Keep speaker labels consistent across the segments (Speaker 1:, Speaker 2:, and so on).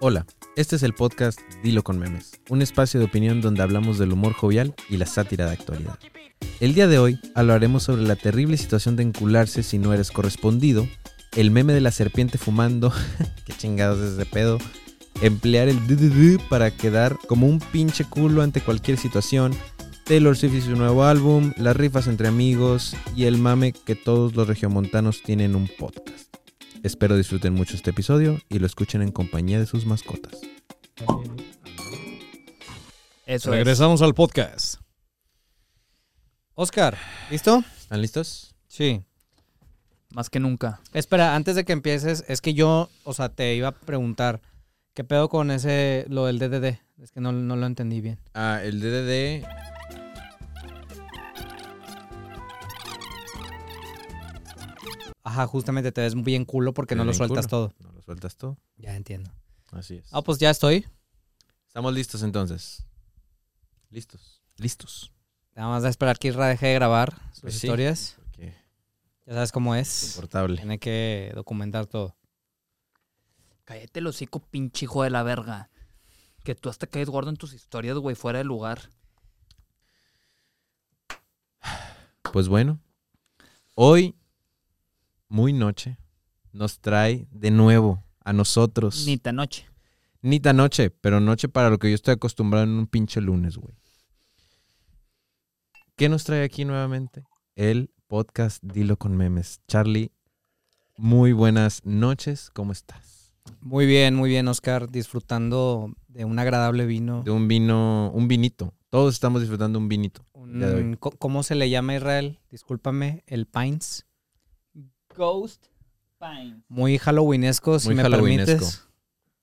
Speaker 1: Hola, este es el podcast Dilo con Memes, un espacio de opinión donde hablamos del humor jovial y la sátira de actualidad. El día de hoy hablaremos sobre la terrible situación de encularse si no eres correspondido, el meme de la serpiente fumando, qué chingados es ese pedo, emplear el DDD para quedar como un pinche culo ante cualquier situación, Taylor Swift y su nuevo álbum, las rifas entre amigos y el mame que todos los regiomontanos tienen un podcast. Espero disfruten mucho este episodio y lo escuchen en compañía de sus mascotas.
Speaker 2: Eso es.
Speaker 3: Regresamos al podcast.
Speaker 4: Oscar, ¿listo?
Speaker 1: ¿Están listos?
Speaker 4: Sí.
Speaker 2: Más que nunca.
Speaker 4: Espera, antes de que empieces, es que yo, o sea, te iba a preguntar, ¿qué pedo con ese, lo del DDD? Es que no, no lo entendí bien.
Speaker 1: Ah, el DDD.
Speaker 4: Ajá, justamente te ves bien culo porque no lo sueltas todo.
Speaker 1: No lo sueltas todo.
Speaker 4: Ya entiendo.
Speaker 1: Así es.
Speaker 4: Ah, pues ya estoy.
Speaker 1: Estamos listos entonces. Listos. Listos.
Speaker 4: Nada más de esperar que Isra deje de grabar sus
Speaker 1: Pues sí.
Speaker 4: historias.
Speaker 1: Porque
Speaker 4: Ya sabes cómo es.
Speaker 1: insoportable.
Speaker 4: Tiene que documentar todo.
Speaker 2: Cállate el hocico, pinche hijo de la verga. Que tú hasta caes gordo en tus historias, güey, fuera de lugar.
Speaker 1: Pues bueno. Hoy, muy noche, nos trae de nuevo a nosotros.
Speaker 2: Ni tan noche.
Speaker 1: Ni tan noche, pero noche para lo que yo estoy acostumbrado en un pinche lunes, güey. ¿Qué nos trae aquí nuevamente? El podcast Dilo con Memes. Charlie, muy buenas noches, ¿cómo estás?
Speaker 4: Muy bien, muy bien, Oscar. Disfrutando de un agradable vino.
Speaker 1: De un vino, un vinito. Todos estamos disfrutando un vinito.
Speaker 4: Un-
Speaker 1: Ya doy.
Speaker 4: Mm, co- ¿Cómo se le llama a Israel? Discúlpame, el Pines.
Speaker 2: Ghost Pine.
Speaker 4: Muy halloweenesco, si
Speaker 1: Muy
Speaker 4: me
Speaker 1: halloweenesco.
Speaker 4: permites.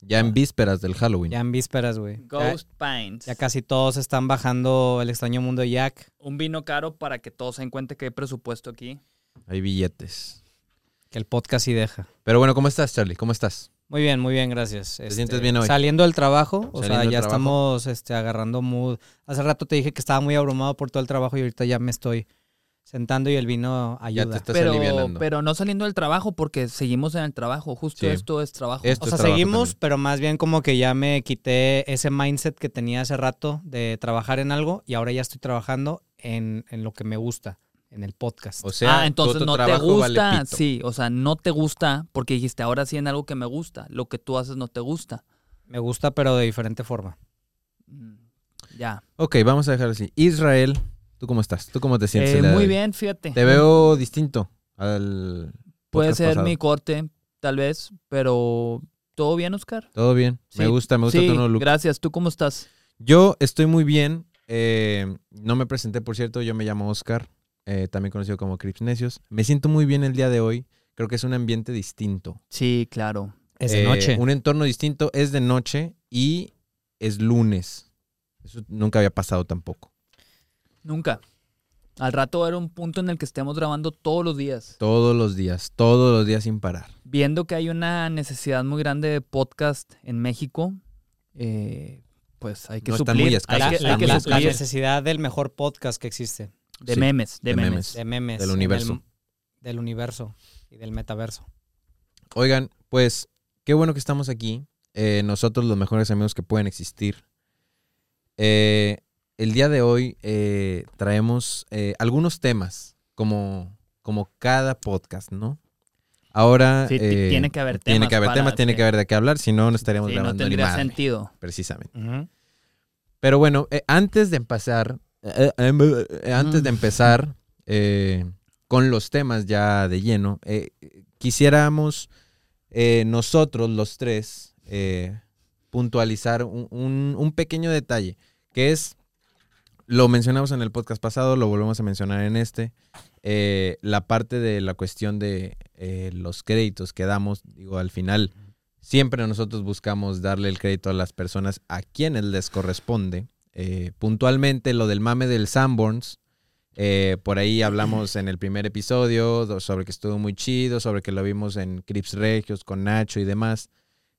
Speaker 1: Ya en vísperas del Halloween.
Speaker 4: Ya en vísperas, güey. Ya,
Speaker 2: Ghost Pines.
Speaker 4: ya casi todos están bajando el extraño mundo de Jack.
Speaker 2: Un vino caro para que todos se den cuenta que hay presupuesto aquí.
Speaker 1: Hay billetes.
Speaker 4: Que el podcast sí deja.
Speaker 1: Pero bueno, ¿cómo estás, Charlie? ¿Cómo estás?
Speaker 4: Muy bien, muy bien, gracias. Este,
Speaker 1: sientes bien hoy?
Speaker 4: Saliendo del trabajo,
Speaker 1: Saliendo
Speaker 4: o sea,
Speaker 1: del
Speaker 4: ya
Speaker 1: trabajo.
Speaker 4: estamos este, agarrando mood. Hace rato te dije que estaba muy abrumado por todo el trabajo y ahorita ya me estoy sentando y el vino
Speaker 1: Ya te
Speaker 4: ayuda.
Speaker 1: estás
Speaker 2: Pero,
Speaker 1: alivianando.
Speaker 2: pero no saliendo del trabajo porque seguimos en el trabajo. Justo
Speaker 1: Sí.
Speaker 2: esto es trabajo.
Speaker 1: Esto
Speaker 4: O
Speaker 1: es
Speaker 4: sea,
Speaker 1: trabajo
Speaker 4: seguimos,
Speaker 1: también.
Speaker 4: pero más bien como que ya me quité ese mindset que tenía hace rato de trabajar en algo y ahora ya estoy trabajando en, en lo que me gusta, en el podcast.
Speaker 1: O sea,
Speaker 2: ah, entonces
Speaker 1: todo
Speaker 2: no te
Speaker 1: trabajo
Speaker 2: gusta.
Speaker 1: vale pito.
Speaker 2: sí, o sea, no te gusta porque dijiste ahora sí en algo que me gusta. Lo que tú haces no te gusta.
Speaker 4: Me gusta, pero de diferente forma.
Speaker 2: Mm, Ya.
Speaker 1: Ok, vamos a dejar así. Israel, ¿tú cómo estás? ¿Tú cómo te sientes?
Speaker 2: Eh,
Speaker 1: el día de
Speaker 2: muy
Speaker 1: hoy?
Speaker 2: bien, fíjate.
Speaker 1: Te veo distinto al.
Speaker 2: Puede
Speaker 1: podcast
Speaker 2: ser
Speaker 1: pasado.
Speaker 2: mi corte, tal vez, pero todo bien, Oscar.
Speaker 1: Todo bien. me
Speaker 2: Sí.
Speaker 1: gusta, me gusta
Speaker 2: sí,
Speaker 1: tu nuevo look.
Speaker 2: Gracias. ¿Tú cómo estás?
Speaker 1: Yo estoy muy bien. eh, no me presenté, por cierto. Yo me llamo Oscar, eh, también conocido como Crips Necios. Me siento muy bien el día de hoy. Creo que es un ambiente distinto.
Speaker 2: Sí, claro.
Speaker 4: Es de
Speaker 1: Eh,
Speaker 4: noche.
Speaker 1: Un entorno distinto. Es de noche y es lunes. Eso nunca había pasado tampoco.
Speaker 2: Nunca. Al rato va a haber un punto en el que estemos grabando todos los días,
Speaker 1: Todos los días, todos los días sin parar.
Speaker 2: viendo que hay una necesidad muy grande de podcast en México. eh, pues hay que
Speaker 1: No están
Speaker 2: suplir.
Speaker 1: muy
Speaker 2: hay
Speaker 1: escasos,
Speaker 2: que,
Speaker 4: la,
Speaker 2: hay
Speaker 4: la-
Speaker 2: que
Speaker 4: la- la
Speaker 2: suplir
Speaker 4: necesidad del mejor podcast que existe,
Speaker 2: de
Speaker 1: Sí,
Speaker 2: memes, de,
Speaker 1: de
Speaker 2: memes.
Speaker 1: memes.
Speaker 4: de memes.
Speaker 1: Del
Speaker 4: en
Speaker 1: universo.
Speaker 4: del universo y del metaverso.
Speaker 1: Oigan, pues qué bueno que estamos aquí. eh, nosotros los mejores amigos que pueden existir. Eh, el día de hoy eh, traemos eh, algunos temas, como, como cada podcast, ¿no? Ahora...
Speaker 2: Sí, ti-
Speaker 1: eh,
Speaker 2: tiene que haber
Speaker 1: Tiene
Speaker 2: temas
Speaker 1: que haber
Speaker 2: para-
Speaker 1: temas, tiene
Speaker 2: sí.
Speaker 1: que haber de qué hablar, si no, no estaríamos
Speaker 2: Sí, no
Speaker 1: grabando ni
Speaker 2: tendría
Speaker 1: madre,
Speaker 2: sentido.
Speaker 1: precisamente. Pero bueno, eh, antes de empezar, eh, eh, eh, antes de
Speaker 2: Mm.
Speaker 1: empezar eh, con los temas ya de lleno, eh, eh, quisiéramos eh, nosotros los tres eh, puntualizar un, un- un pequeño detalle, que es, lo mencionamos en el podcast pasado, lo volvemos a mencionar en este, eh, la parte de la cuestión de eh, los créditos que damos, digo, al final siempre nosotros buscamos darle el crédito a las personas a quienes les corresponde. Eh, puntualmente lo del mame del Sanborns, eh, por ahí hablamos en el primer episodio do- sobre que estuvo muy chido, sobre que lo vimos en Crips Regios con Nacho y demás.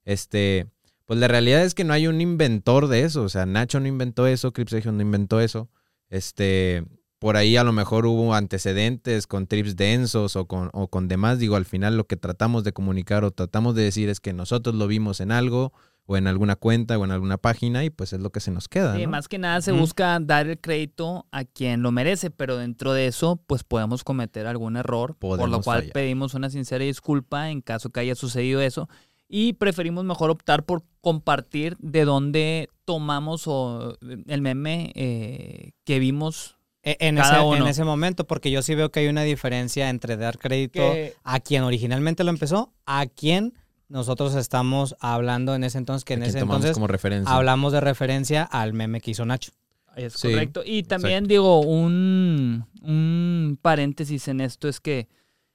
Speaker 1: Este, pues la realidad es que no hay un inventor de eso, o sea, Nacho no inventó eso, Crips Regios no inventó eso. Este, por ahí a lo mejor hubo antecedentes con trips densos o con, o con demás. Digo, al final lo que tratamos de comunicar o tratamos de decir es que nosotros lo vimos en algo, o en alguna cuenta o en alguna página y pues es lo que se nos queda.
Speaker 2: Sí,
Speaker 1: ¿no?
Speaker 2: más que nada se
Speaker 4: Mm.
Speaker 2: busca dar el crédito a quien lo merece, pero dentro de eso, pues podemos cometer algún error, por lo
Speaker 1: Podemos
Speaker 2: cual
Speaker 1: fallar.
Speaker 2: pedimos una sincera disculpa en caso que haya sucedido eso. Y preferimos mejor optar por compartir de dónde tomamos o, el meme eh, que vimos.
Speaker 4: E- En ese,
Speaker 2: Cada uno.
Speaker 4: en ese momento, porque yo sí veo que hay una diferencia entre dar crédito
Speaker 2: Que-
Speaker 4: a quien originalmente lo empezó, a quien nosotros estamos hablando en ese entonces, que en
Speaker 1: A quien
Speaker 4: ese
Speaker 1: tomamos
Speaker 4: entonces
Speaker 1: como referencia.
Speaker 4: hablamos de referencia al meme que hizo Nacho.
Speaker 2: Es
Speaker 1: Sí,
Speaker 2: correcto. Y también digo, un, un paréntesis en esto es que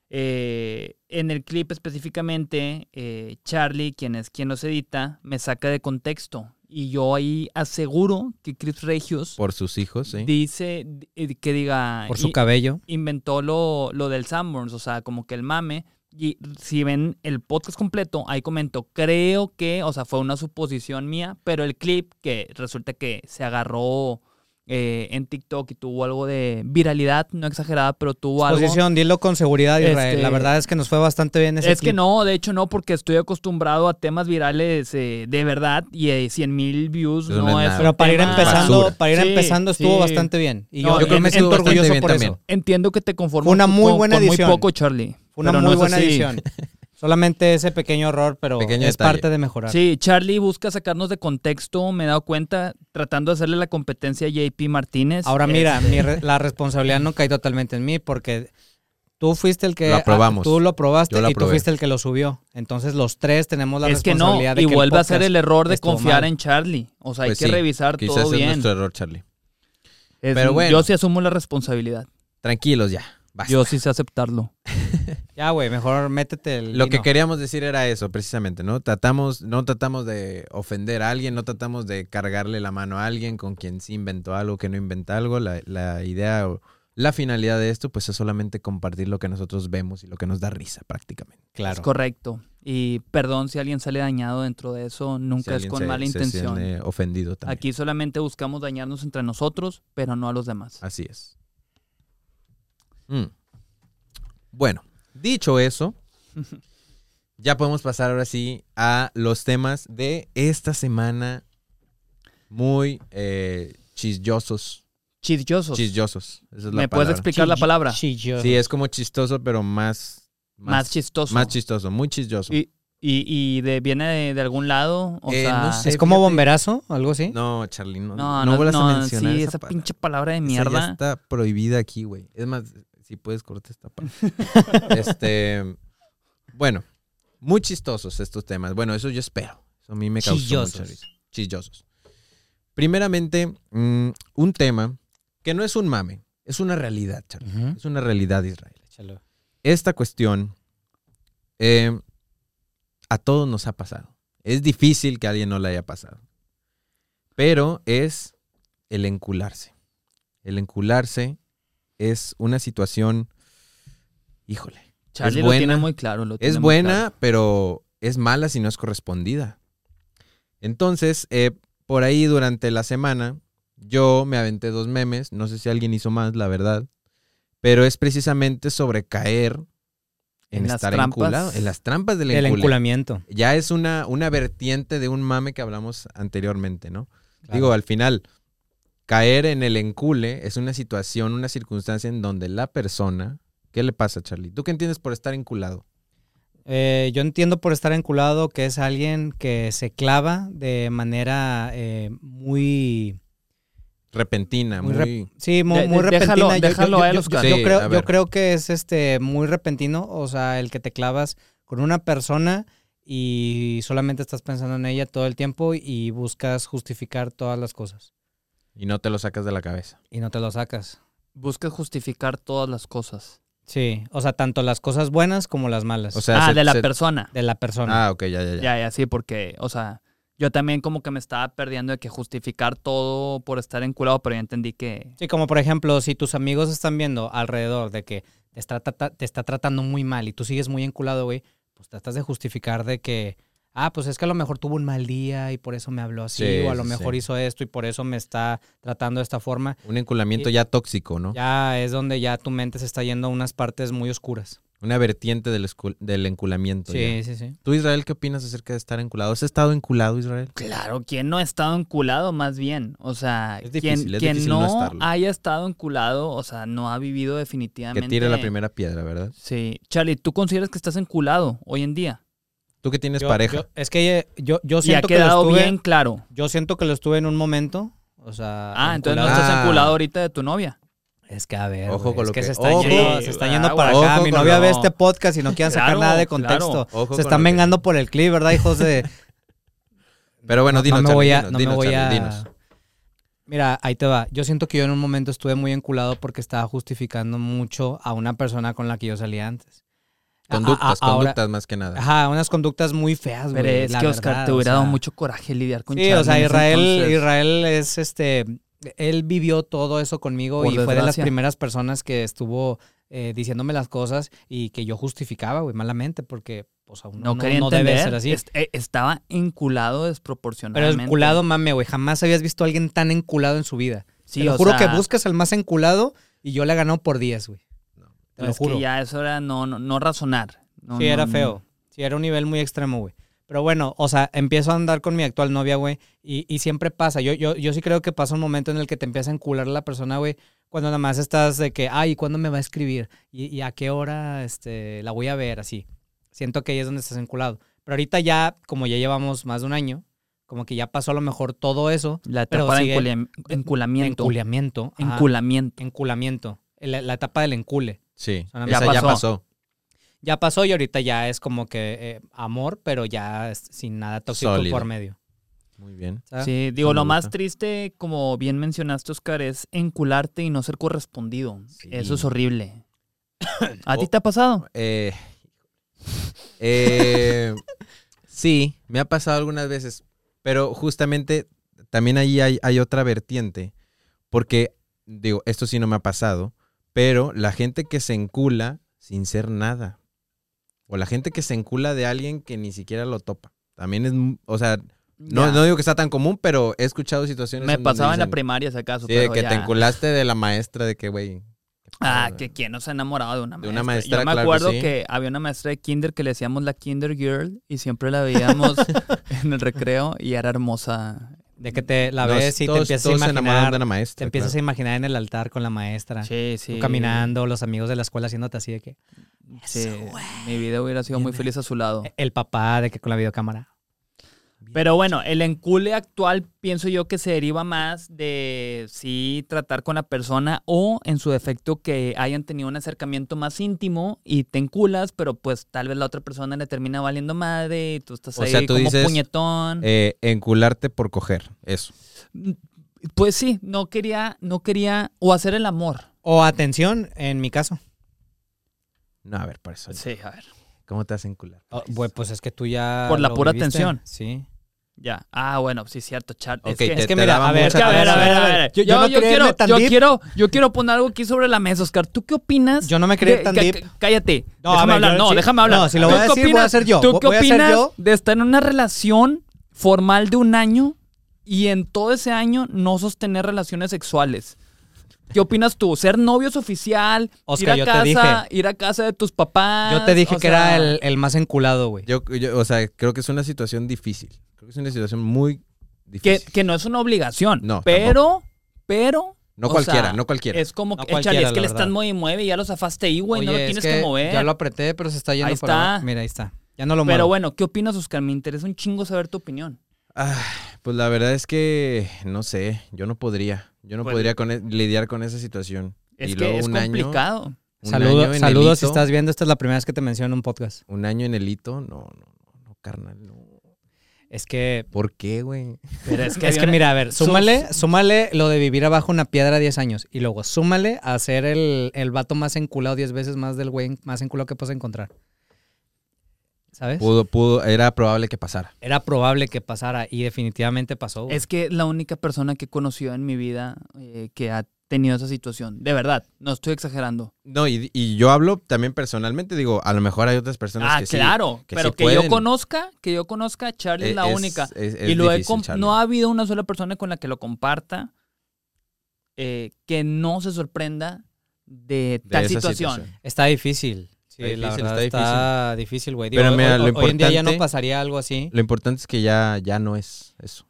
Speaker 2: eh, en el clip específicamente, eh, Charlie, quien es quien los edita, me saca de contexto. Y yo ahí aseguro que Chris Regios
Speaker 1: Por sus hijos,
Speaker 2: Pues
Speaker 1: sí.
Speaker 2: dice eh, que
Speaker 1: Ah,
Speaker 2: diga...
Speaker 4: Por su
Speaker 2: "Y-
Speaker 4: cabello.
Speaker 2: inventó lo, lo del Sanborns, o sea, como que el mame. Y si ven el podcast completo, ahí comento, creo que, o sea, fue una suposición mía, pero el clip que resulta que se agarró eh, en TikTok y tuvo algo de viralidad, no exagerada, pero tuvo algo.
Speaker 4: Posición, dilo con seguridad, Israel.
Speaker 2: Este-
Speaker 4: La verdad es que nos fue bastante bien ese
Speaker 2: Es que
Speaker 4: clip.
Speaker 2: no, de hecho no, porque estoy acostumbrado a temas virales eh, de verdad y eh, 100 mil views
Speaker 1: Eso
Speaker 2: no,
Speaker 1: no es
Speaker 2: es.
Speaker 1: nada.
Speaker 2: un
Speaker 4: Pero para ir
Speaker 2: tema-
Speaker 4: empezando,
Speaker 1: Basura.
Speaker 4: para ir
Speaker 2: Sí,
Speaker 4: empezando estuvo
Speaker 2: sí.
Speaker 4: bastante bien. Y
Speaker 2: No,
Speaker 4: yo,
Speaker 2: yo creo que
Speaker 4: me
Speaker 1: estuvo
Speaker 4: siento
Speaker 1: bastante
Speaker 4: orgulloso
Speaker 1: bien
Speaker 4: por
Speaker 1: también.
Speaker 4: eso.
Speaker 2: Entiendo que te conformas
Speaker 4: Fue una
Speaker 2: con-
Speaker 4: muy buena
Speaker 2: con muy
Speaker 4: edición.
Speaker 2: poco, Charlie.
Speaker 4: Fue una
Speaker 2: pero no
Speaker 4: muy
Speaker 2: es
Speaker 4: buena
Speaker 2: así.
Speaker 4: edición. Solamente ese pequeño error, pero
Speaker 1: Pequeño
Speaker 4: es
Speaker 1: detalle.
Speaker 4: parte de mejorar.
Speaker 2: Sí, Charlie busca sacarnos de contexto, me he dado cuenta, tratando de hacerle la competencia a JP Martínez.
Speaker 4: Ahora
Speaker 2: Es-
Speaker 4: mira, mi re- la responsabilidad no cae totalmente en mí porque tú fuiste el que
Speaker 1: Lo aprobamos.
Speaker 4: tú lo probaste
Speaker 1: Yo la
Speaker 4: y tú
Speaker 1: aprobé.
Speaker 4: fuiste el que lo subió. Entonces los tres tenemos la
Speaker 2: es que no,
Speaker 4: responsabilidad de
Speaker 2: y
Speaker 4: que el
Speaker 2: vuelve a hacer
Speaker 4: podcast-
Speaker 2: el error de
Speaker 4: estuvo
Speaker 2: confiar
Speaker 4: mal.
Speaker 2: en Charlie. O sea, hay
Speaker 1: Pues
Speaker 2: que
Speaker 1: sí,
Speaker 2: revisar
Speaker 1: Quizás
Speaker 2: todo
Speaker 1: es
Speaker 2: bien.
Speaker 1: nuestro error, Charlie.
Speaker 2: Es-
Speaker 1: pero bueno.
Speaker 2: Yo sí asumo la responsabilidad.
Speaker 1: Tranquilos ya. basta.
Speaker 2: Yo sí sé aceptarlo. e-
Speaker 4: Ya, güey, mejor métete el
Speaker 1: Lo que
Speaker 4: vino.
Speaker 1: queríamos decir era eso, precisamente, ¿no? Tratamos, no tratamos de ofender a alguien, no tratamos de cargarle la mano a alguien con quien sí inventó algo, que no inventa algo. La, la idea o la finalidad de esto, pues es solamente compartir lo que nosotros vemos y lo que nos da risa, prácticamente.
Speaker 2: Es
Speaker 4: Claro.
Speaker 2: correcto. Y perdón si alguien sale dañado dentro de eso, nunca es
Speaker 1: Si
Speaker 2: con
Speaker 1: alguien se-
Speaker 2: mala
Speaker 1: se
Speaker 2: intención.
Speaker 1: siente ofendido también.
Speaker 2: Aquí solamente buscamos dañarnos entre nosotros, pero no a los demás.
Speaker 1: Así es. Mm. Bueno, dicho eso, ya podemos pasar ahora sí a los temas de esta semana muy eh, chisyosos.
Speaker 2: Chidiosos.
Speaker 1: Chisyosos. Esa es la
Speaker 2: ¿Me puedes
Speaker 1: palabra.
Speaker 2: explicar la
Speaker 4: Chillo-
Speaker 2: palabra?
Speaker 4: chillo.
Speaker 1: Sí, es como chistoso, pero más...
Speaker 2: Más, chistoso.
Speaker 1: Más chistoso, muy chistoso.
Speaker 2: Y, y, y de, viene de, de algún lado, o
Speaker 1: Eh,
Speaker 2: sea,
Speaker 1: no sé.
Speaker 4: ¿Es como
Speaker 1: Fíjate.
Speaker 4: bomberazo o algo así?
Speaker 1: No, Charly, no,
Speaker 2: no,
Speaker 1: no,
Speaker 2: no,
Speaker 1: vuelvas
Speaker 2: no,
Speaker 1: a mencionar
Speaker 2: sí,
Speaker 1: esa,
Speaker 2: esa
Speaker 1: palabra.
Speaker 2: pinche palabra de
Speaker 1: Esa ya
Speaker 2: mierda.
Speaker 1: está prohibida aquí, güey. Es más, si puedes cortar esta parte. este, bueno, muy chistosos estos temas. Bueno, eso yo espero. Eso a mí me causó mucha
Speaker 4: Chillosos.
Speaker 1: risa. Chillosos. Primeramente, mm, un tema que no es un mame, es una realidad, Charlie.
Speaker 4: Ujú.
Speaker 1: Es una realidad, Israel.
Speaker 4: Échalo.
Speaker 1: Esta cuestión eh, a todos nos ha pasado. Es difícil que a alguien no le haya pasado. Pero es el encularse. El encularse es una situación, híjole,
Speaker 2: Charlie
Speaker 1: es
Speaker 2: lo tiene
Speaker 1: buena,
Speaker 2: muy claro. lo tiene
Speaker 1: es
Speaker 2: muy
Speaker 1: buena, pero es mala si no es correspondida. Entonces, eh, por ahí durante la semana, yo me aventé dos memes, no sé si alguien hizo más, la verdad, pero es precisamente sobre caer en,
Speaker 2: En las
Speaker 1: estar
Speaker 2: trampas.
Speaker 1: enculado, en las trampas del
Speaker 4: El
Speaker 1: encule.
Speaker 4: enculamiento.
Speaker 1: Ya es una, una vertiente de un mame que hablamos anteriormente, ¿no?
Speaker 4: Claro.
Speaker 1: Digo, al final, caer en el encule es una situación, una circunstancia en donde la persona... ¿Qué le pasa, Charlie? ¿Tú qué entiendes por estar enculado?
Speaker 4: Eh, yo entiendo por estar enculado que es alguien que se clava de manera eh, muy...
Speaker 1: repentina, muy,
Speaker 4: Muy Sí, mu- muy,
Speaker 2: De- de-
Speaker 4: repentina.
Speaker 2: déjalo-
Speaker 4: Yo- yo-
Speaker 2: déjalo
Speaker 4: yo-
Speaker 2: a él,
Speaker 4: yo-
Speaker 2: Oscar.
Speaker 4: yo
Speaker 1: Sí, a
Speaker 4: creo, yo
Speaker 1: ver.
Speaker 4: creo que es este muy repentino, o sea, el que te clavas con una persona y solamente estás pensando en ella todo el tiempo y buscas justificar todas las cosas
Speaker 1: y no te lo sacas de la cabeza.
Speaker 4: y no te lo sacas.
Speaker 2: claro. Busca justificar todas las cosas.
Speaker 4: Sí, o sea, tanto las cosas buenas como las malas
Speaker 1: O sea,
Speaker 2: ah,
Speaker 1: se-
Speaker 2: de la
Speaker 1: se-
Speaker 2: persona.
Speaker 4: de la persona.
Speaker 1: Ah, ok, ya, ya, ya.
Speaker 2: Ya, ya, sí, porque, o sea, yo también como que me estaba perdiendo de que justificar todo por estar enculado, pero ya entendí que...
Speaker 4: Sí, como por ejemplo, si tus amigos están viendo alrededor de que te está, trata- te está tratando muy mal y tú sigues muy enculado, güey, pues tratas de justificar de que, ah, pues es que a lo mejor tuvo un mal día y por eso me habló así,
Speaker 1: Sí,
Speaker 4: o a lo
Speaker 1: sí,
Speaker 4: mejor
Speaker 1: sí.
Speaker 4: hizo esto y por eso me está tratando de esta forma.
Speaker 1: Un enculamiento
Speaker 4: Y-
Speaker 1: ya tóxico, ¿no?
Speaker 4: Ya es donde ya tu mente se está yendo a unas partes muy oscuras.
Speaker 1: una vertiente del, escu- del
Speaker 2: Pues
Speaker 1: enculamiento.
Speaker 4: Sí,
Speaker 1: ya.
Speaker 4: sí, sí.
Speaker 1: ¿Tú, Israel, qué opinas acerca de estar enculado? ¿Has estado enculado, Israel?
Speaker 2: Claro, quien no ha estado enculado más bien? O sea,
Speaker 1: Es
Speaker 2: quien,
Speaker 1: difícil, es
Speaker 2: quien
Speaker 1: difícil no
Speaker 2: no,
Speaker 1: estarlo.
Speaker 2: haya estado enculado, o sea, no ha vivido definitivamente.
Speaker 1: Que tire la primera piedra, ¿verdad?
Speaker 2: Sí. Charlie, ¿tú consideras que estás enculado hoy en día?
Speaker 1: Tú que tienes
Speaker 4: Yo-
Speaker 1: pareja.
Speaker 4: yo- es que yo, yo
Speaker 2: Y ha
Speaker 4: siento que lo
Speaker 2: quedado
Speaker 4: estuve,
Speaker 2: bien claro.
Speaker 4: Yo siento que lo estuve en un momento. O sea.
Speaker 2: Ah, entonces no
Speaker 1: enculado.
Speaker 2: estás
Speaker 1: Ah.
Speaker 2: enculado ahorita de tu novia.
Speaker 4: Es que a ver.
Speaker 1: Ojo
Speaker 4: güey,
Speaker 1: con
Speaker 4: es
Speaker 1: lo
Speaker 4: que,
Speaker 1: que-
Speaker 4: se están
Speaker 1: ojo.
Speaker 4: yendo, se están
Speaker 2: Sí,
Speaker 4: yendo
Speaker 2: ah,
Speaker 4: para
Speaker 1: ojo
Speaker 4: acá. Mi
Speaker 1: con
Speaker 4: novia
Speaker 1: lo-
Speaker 4: ve este podcast y no quieren sacar
Speaker 2: Claro,
Speaker 4: nada de
Speaker 2: claro.
Speaker 4: contexto.
Speaker 1: Ojo
Speaker 4: Se
Speaker 1: con
Speaker 4: están
Speaker 1: lo que-
Speaker 4: vengando por el clip, ¿verdad? Hijos de.
Speaker 1: Pero bueno, dinos,
Speaker 4: no me voy a.
Speaker 1: Charlie,
Speaker 4: no me
Speaker 1: dinos,
Speaker 4: voy
Speaker 1: dinos,
Speaker 4: a-
Speaker 1: Charlie, dinos.
Speaker 4: Mira, ahí te va. Yo siento que yo en un momento estuve muy enculado porque estaba justificando mucho a una persona con la que yo salía antes. A- a- a-
Speaker 1: Conductas,
Speaker 4: ahora-
Speaker 1: conductas más que nada.
Speaker 4: Ajá, unas conductas muy feas, Pues, güey.
Speaker 2: Pero es
Speaker 4: la
Speaker 2: que, Oscar,
Speaker 4: verdad,
Speaker 2: te
Speaker 4: o
Speaker 2: hubiera dado
Speaker 4: sea.
Speaker 2: mucho coraje lidiar con
Speaker 4: Sí,
Speaker 2: Charlie.
Speaker 4: o sea,
Speaker 2: en ese
Speaker 4: Israel,
Speaker 2: entonces.
Speaker 4: Israel es este. Él vivió todo eso conmigo
Speaker 2: Por
Speaker 4: y fue de las
Speaker 2: desgracia.
Speaker 4: primeras personas que estuvo eh, diciéndome las cosas y que yo justificaba, güey, malamente, porque, pues, aún
Speaker 2: No,
Speaker 4: no,
Speaker 2: quería
Speaker 4: no
Speaker 2: entender.
Speaker 4: debe ser así.
Speaker 2: Est- eh, estaba enculado
Speaker 4: Pero
Speaker 2: desproporcionadamente.
Speaker 4: enculado, mame, güey. Jamás habías visto a alguien tan enculado en su vida.
Speaker 2: Sí,
Speaker 4: Te lo
Speaker 2: o sea,
Speaker 4: juro que buscas al más enculado y yo le he ganado por 10, güey. Te lo
Speaker 2: es que
Speaker 4: juro.
Speaker 2: ya eso era no, no, no razonar. No,
Speaker 4: Sí,
Speaker 2: no,
Speaker 4: era
Speaker 2: no.
Speaker 4: feo. Sí, era un nivel muy extremo, güey. Pero bueno, o sea, empiezo a andar con mi actual novia, güey. Y, y siempre pasa. Yo, yo, yo sí creo que pasa un momento en el que te empieza a encular la persona, güey. Cuando nada más estás de que, ay, ¿cuándo me va a escribir? ¿Y, y a qué hora este, la voy a ver? Así. Siento que ahí es donde estás enculado. Pero ahorita ya, como ya llevamos más de un año, como que ya pasó a lo mejor todo eso.
Speaker 2: La
Speaker 4: Pero
Speaker 2: etapa de
Speaker 4: sigue-
Speaker 2: enculiam- enculamiento.
Speaker 4: Enculiamiento. ajá,
Speaker 2: Enculamiento.
Speaker 4: Enculamiento. La, la etapa del encule.
Speaker 1: Sí,
Speaker 4: Ya
Speaker 1: esa ya
Speaker 2: pasó.
Speaker 1: pasó.
Speaker 4: Ya pasó y ahorita ya es como que eh, amor, pero ya es- sin nada tóxico
Speaker 1: Sólido.
Speaker 4: por medio.
Speaker 1: Muy bien.
Speaker 4: ¿sabes?
Speaker 2: Sí, digo,
Speaker 1: me
Speaker 2: lo más
Speaker 1: gusta.
Speaker 2: triste, como bien mencionaste, Oscar, es encularte y no ser correspondido.
Speaker 1: Sí.
Speaker 2: Eso es horrible. ¿A ti
Speaker 1: Oh.
Speaker 2: te ha pasado?
Speaker 1: Eh, eh, sí, me ha pasado algunas veces, pero justamente también ahí hay, hay otra vertiente, porque digo, esto sí no me ha pasado, pero la gente que se encula sin ser nada, o la gente que se encula de alguien que ni siquiera lo topa, también es, m- o sea, no,
Speaker 2: Ya.
Speaker 1: no digo que sea tan común, pero he escuchado situaciones.
Speaker 2: Me
Speaker 1: donde
Speaker 2: pasaba en la
Speaker 1: dicen,
Speaker 2: primaria, si acaso.
Speaker 1: Sí, de
Speaker 2: pero
Speaker 1: que te
Speaker 2: ya.
Speaker 1: enculaste de la maestra de que, güey. qué
Speaker 2: Ah,
Speaker 1: pedo,
Speaker 2: que quién no se ha enamorado de una maestra.
Speaker 1: De una
Speaker 2: Yo
Speaker 1: maestra,
Speaker 2: me
Speaker 1: claro que
Speaker 2: acuerdo
Speaker 1: sí.
Speaker 2: que había una maestra de kinder que le decíamos la kinder girl y siempre la veíamos en el recreo y era hermosa.
Speaker 4: De que te la
Speaker 1: Nos-
Speaker 4: ves y
Speaker 1: todos-
Speaker 4: te empiezas a
Speaker 1: todos se enamoraron
Speaker 4: imaginar.
Speaker 1: de la maestra.
Speaker 4: Te empiezas
Speaker 1: claro.
Speaker 4: a imaginar en el altar con la maestra.
Speaker 2: Sí, sí.
Speaker 4: Tú caminando, los amigos de la escuela haciéndote así de que.
Speaker 2: Sí, mi vida hubiera sido muy feliz a su lado.
Speaker 4: El papá de que con la videocámara.
Speaker 2: Pero bueno, el encule actual pienso yo que se deriva más de sí tratar con la persona o en su defecto que hayan tenido un acercamiento más íntimo y te enculas, pero pues tal vez la otra persona le termina valiendo madre y tú estás
Speaker 1: O
Speaker 2: ahí
Speaker 1: sea, tú
Speaker 2: como
Speaker 1: dices,
Speaker 2: puñetón.
Speaker 1: Eh, encularte por coger, eso.
Speaker 2: Pues sí, no quería, no quería, o hacer el amor.
Speaker 4: O atención, en mi caso.
Speaker 1: No, a ver, por eso.
Speaker 2: Sí, a ver.
Speaker 1: ¿Cómo te vas a encular?
Speaker 4: Oh, güey, pues es que tú ya.
Speaker 2: Por la
Speaker 4: lo
Speaker 2: pura
Speaker 4: viviste.
Speaker 2: atención.
Speaker 4: Sí.
Speaker 2: Ya. Ah, bueno, sí, cierto, chat.
Speaker 1: Ok,
Speaker 2: es que,
Speaker 1: te-
Speaker 4: es que
Speaker 1: te
Speaker 4: mira,
Speaker 1: daba
Speaker 4: a ver,
Speaker 2: Es que,
Speaker 1: mucha
Speaker 2: a ver, a
Speaker 1: cosa.
Speaker 2: ver, a ver.
Speaker 4: Yo-
Speaker 2: Yo,
Speaker 4: yo no
Speaker 2: yo
Speaker 4: quería
Speaker 2: quiero,
Speaker 4: irme tan
Speaker 2: yo,
Speaker 4: deep.
Speaker 2: quiero, yo quiero poner algo aquí sobre la mesa, Oscar. ¿Tú qué opinas?
Speaker 4: Yo no me quería
Speaker 2: de-
Speaker 4: tan
Speaker 2: ca-
Speaker 4: deep.
Speaker 2: ca- Cállate.
Speaker 4: No,
Speaker 2: déjame
Speaker 4: a ver,
Speaker 2: hablar.
Speaker 4: yo
Speaker 2: No,
Speaker 4: sí-
Speaker 2: déjame hablar.
Speaker 4: no, si lo voy
Speaker 2: ¿Tú
Speaker 4: a
Speaker 2: qué
Speaker 4: decir, voy a
Speaker 2: opinas-
Speaker 4: ser yo.
Speaker 2: ¿Tú
Speaker 4: Voy-
Speaker 2: qué
Speaker 4: voy a ser
Speaker 2: opinas
Speaker 4: yo.
Speaker 2: de estar en una relación formal de un año y en todo ese año no sostener relaciones sexuales? ¿Qué opinas tú? ¿Ser novios oficial?
Speaker 4: Oscar,
Speaker 2: ir a
Speaker 4: yo te
Speaker 2: casa, ir a casa de tus papás.
Speaker 4: Yo te dije
Speaker 2: o
Speaker 4: que
Speaker 2: sea,
Speaker 4: era el, el más enculado, güey.
Speaker 1: Yo, yo, o sea, creo que es una situación difícil. Creo que es una situación muy
Speaker 2: Que,
Speaker 1: difícil.
Speaker 2: que no es una obligación.
Speaker 1: No,
Speaker 2: Pero, pero.
Speaker 1: no
Speaker 2: o
Speaker 1: cualquiera,
Speaker 2: sea,
Speaker 1: no cualquiera.
Speaker 2: Es como
Speaker 4: No
Speaker 2: que, échale,
Speaker 4: cualquiera,
Speaker 2: es que
Speaker 4: la
Speaker 2: le
Speaker 4: verdad.
Speaker 2: están moviendo y mueve y ya lo zafaste ahí, güey. No lo
Speaker 4: Oye, es
Speaker 2: tienes que, mover.
Speaker 4: Ya lo apreté, pero se está yendo
Speaker 2: Ahí
Speaker 4: para
Speaker 2: está.
Speaker 4: abajo. Mira, ahí está. Ya no lo muevo.
Speaker 2: Pero bueno, ¿qué opinas, Oscar? Me interesa un chingo saber tu opinión.
Speaker 1: Ah, pues la verdad es que no sé, yo no podría. Yo no
Speaker 2: Pues-
Speaker 1: podría con e- lidiar con esa situación.
Speaker 2: Es
Speaker 1: y
Speaker 2: que
Speaker 1: luego
Speaker 2: es
Speaker 1: un año,
Speaker 2: complicado.
Speaker 1: un
Speaker 4: Saludo-
Speaker 1: año en
Speaker 4: saludos si
Speaker 1: el hito,
Speaker 4: estás viendo. Esta es la primera vez que te menciono en un podcast.
Speaker 1: Un año en el hito, no, no, no, no, carnal, no.
Speaker 4: Es que
Speaker 1: ¿Por qué, güey?
Speaker 2: Pero es que,
Speaker 4: es que
Speaker 2: había-
Speaker 4: mira, a ver,
Speaker 2: su-
Speaker 4: súmale, súmale lo de vivir abajo una piedra 10 años y luego súmale a ser el, el vato más enculado 10 veces más del güey más enculado que puedes encontrar. ¿Sabes?
Speaker 1: Pudo, pudo, era probable que pasara.
Speaker 4: Era probable que pasara y definitivamente pasó. güey.
Speaker 2: es que la única persona que he conocido en mi vida eh, que ha tenido esa situación. De verdad, no estoy exagerando.
Speaker 1: No, y, y yo hablo también personalmente, digo, a lo mejor hay otras personas
Speaker 2: Ah,
Speaker 1: que sí.
Speaker 2: claro.
Speaker 1: que
Speaker 2: pero
Speaker 1: sí
Speaker 2: que yo
Speaker 1: pueden.
Speaker 2: conozca, que yo conozca, Charlie es, la
Speaker 1: Es-
Speaker 2: única.
Speaker 1: es- es
Speaker 2: y lo he
Speaker 1: difícil,
Speaker 2: comp-
Speaker 1: Charlie.
Speaker 2: no ha habido una sola persona con la que lo comparta eh, que no se sorprenda de,
Speaker 1: De
Speaker 2: tal
Speaker 1: esa
Speaker 2: situación.
Speaker 1: situación.
Speaker 4: Está difícil. Sí,
Speaker 1: Está
Speaker 4: la
Speaker 1: difícil,
Speaker 4: verdad
Speaker 1: está
Speaker 4: está difícil, güey. Digo,
Speaker 1: Pero
Speaker 4: hoy-
Speaker 1: mira, lo
Speaker 4: hoy, hoy en día ya no
Speaker 1: importante-
Speaker 4: pasaría algo así.
Speaker 1: Lo importante es que ya, ya no es eso.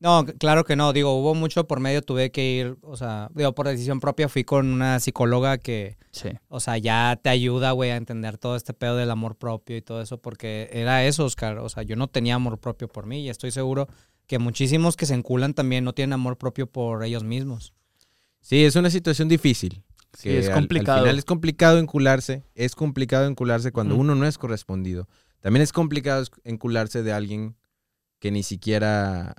Speaker 4: No, c- claro que no. Digo, hubo mucho por medio, tuve que ir, o sea, digo, por decisión propia fui con una psicóloga que,
Speaker 2: Sí.
Speaker 4: o sea, ya te ayuda, güey, a entender todo este pedo del amor propio y todo eso, porque era eso, Oscar. O sea, yo no tenía amor propio por mí y estoy seguro que muchísimos que se enculan también no tienen amor propio por ellos mismos.
Speaker 1: Sí, es una situación difícil.
Speaker 2: Sí,
Speaker 1: que
Speaker 2: es
Speaker 1: al-
Speaker 2: complicado.
Speaker 1: Al, final es complicado encularse. Es complicado encularse cuando
Speaker 2: Ujú.
Speaker 1: uno no es correspondido. También es complicado es- encularse de alguien que ni siquiera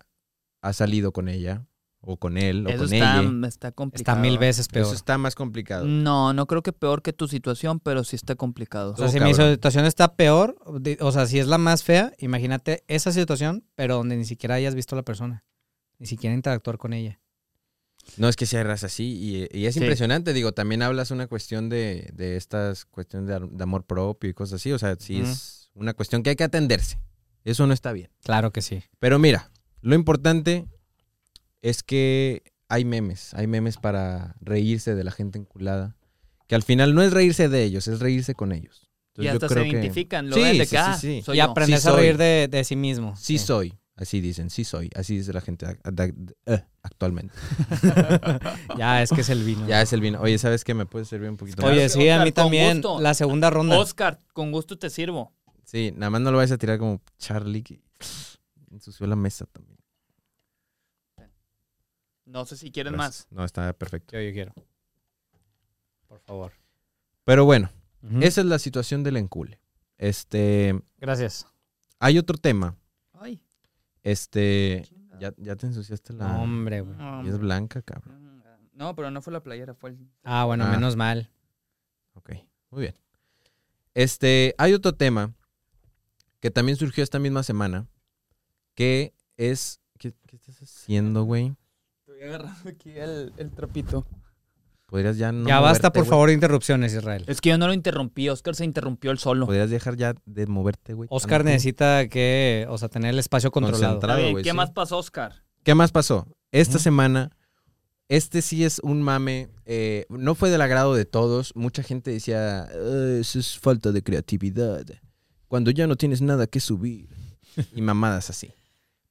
Speaker 1: ha salido con ella o con él o
Speaker 2: Eso
Speaker 1: con
Speaker 2: está,
Speaker 1: ella.
Speaker 2: está
Speaker 4: Está
Speaker 2: complicado.
Speaker 4: mil veces
Speaker 1: Eso
Speaker 4: peor.
Speaker 1: está más complicado.
Speaker 2: No, no creo que peor que tu situación, pero sí está complicado.
Speaker 4: O sea,
Speaker 1: Oh,
Speaker 4: si mi
Speaker 1: cabrón.
Speaker 4: situación está peor, di- o sea, si es la más fea, imagínate esa situación, pero donde ni siquiera hayas visto a la persona, ni siquiera interactuar con ella.
Speaker 1: No es que sea raza así y, y es
Speaker 2: Sí.
Speaker 1: impresionante. Digo, también hablas una cuestión de, de estas cuestiones de, ar- de amor propio y cosas así. O sea, sí
Speaker 4: Ujú.
Speaker 1: es una cuestión que hay que atenderse. Eso no está bien.
Speaker 4: Claro que sí.
Speaker 1: Pero mira, lo importante es que hay memes, hay memes para reírse de la gente enculada, que al final no es reírse de ellos, es reírse con ellos.
Speaker 2: y
Speaker 1: Entonces,
Speaker 2: hasta
Speaker 1: yo creo
Speaker 2: se
Speaker 1: que
Speaker 2: identifican, lo
Speaker 1: Sí,
Speaker 2: ven de
Speaker 1: sí,
Speaker 2: que,
Speaker 1: sí,
Speaker 2: ah,
Speaker 1: sí.
Speaker 2: soy
Speaker 4: y
Speaker 2: yo.
Speaker 4: aprendes
Speaker 1: Sí
Speaker 4: a
Speaker 1: soy.
Speaker 4: reír de, de sí mismo.
Speaker 1: Sí soy, así dicen, sí soy, así dice la gente ac- ac- eh, actualmente.
Speaker 4: Ya, es que es el vino.
Speaker 1: Ya es el vino. Oye, ¿sabes qué? ¿Me puedes servir un poquito más?
Speaker 4: Oye, sí, a
Speaker 2: Oscar,
Speaker 4: mí
Speaker 2: con
Speaker 4: también.
Speaker 2: gusto.
Speaker 4: La segunda ronda.
Speaker 2: Oscar, con gusto te sirvo.
Speaker 1: Sí, nada más no lo vayas a tirar como Charlie, que ensució la mesa también.
Speaker 2: No sé si quieren
Speaker 1: Gracias.
Speaker 2: más.
Speaker 1: No, está perfecto.
Speaker 4: Yo, yo quiero. Por favor.
Speaker 1: Pero bueno,
Speaker 4: Es-
Speaker 1: esa es la situación del encule. Este,
Speaker 4: Gracias.
Speaker 1: hay otro tema.
Speaker 2: Ay,
Speaker 1: Este,
Speaker 2: chingada.
Speaker 1: ya, ya te ensuciaste la...
Speaker 4: No, hombre, güey.
Speaker 2: Ah,
Speaker 1: Y es blanca, cabrón.
Speaker 2: No, pero no fue la playera, fue el...
Speaker 4: Ah, bueno,
Speaker 1: Ah.
Speaker 4: menos mal.
Speaker 1: Ok, muy bien. Este, hay otro tema que también surgió esta misma semana, que es... ¿Qué, qué estás haciendo, güey?
Speaker 2: Estoy agarrando aquí el, el trapito.
Speaker 1: Podrías ya no...
Speaker 4: ya basta,
Speaker 1: moverte,
Speaker 4: por
Speaker 1: güey?
Speaker 4: favor, de interrupciones, Israel.
Speaker 2: Es que yo no lo interrumpí, Oscar se interrumpió él solo.
Speaker 1: Podrías dejar ya de moverte, güey.
Speaker 4: Oscar
Speaker 1: Ándate.
Speaker 4: necesita que, o sea, tener el espacio controlado.
Speaker 1: Concentra-
Speaker 2: Está bien,
Speaker 1: güey,
Speaker 2: ¿Qué
Speaker 1: sí.
Speaker 2: más pasó, Oscar?
Speaker 1: ¿Qué más pasó? Esta
Speaker 4: Ujú.
Speaker 1: semana, este sí es un mame, eh, no fue del agrado de todos. Mucha gente decía, "Eh, eso es falta de creatividad, cuando ya no tienes nada que subir. Y mamadas así.